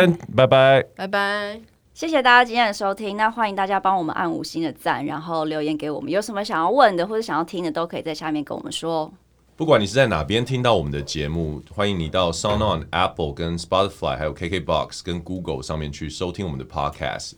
Speaker 1: 全，拜拜。
Speaker 3: 拜拜。
Speaker 4: 谢谢大家今天的收听，那欢迎大家帮我们按五星的赞，然后留言给我们，有什么想要问的或者想要听的，都可以在下面跟我们说哦。
Speaker 1: 不管你是在哪边听到我们的节目，欢迎你到 Sound On、Apple、跟 Spotify、还有 KKBox、跟 Google 上面去收听我们的 Podcast。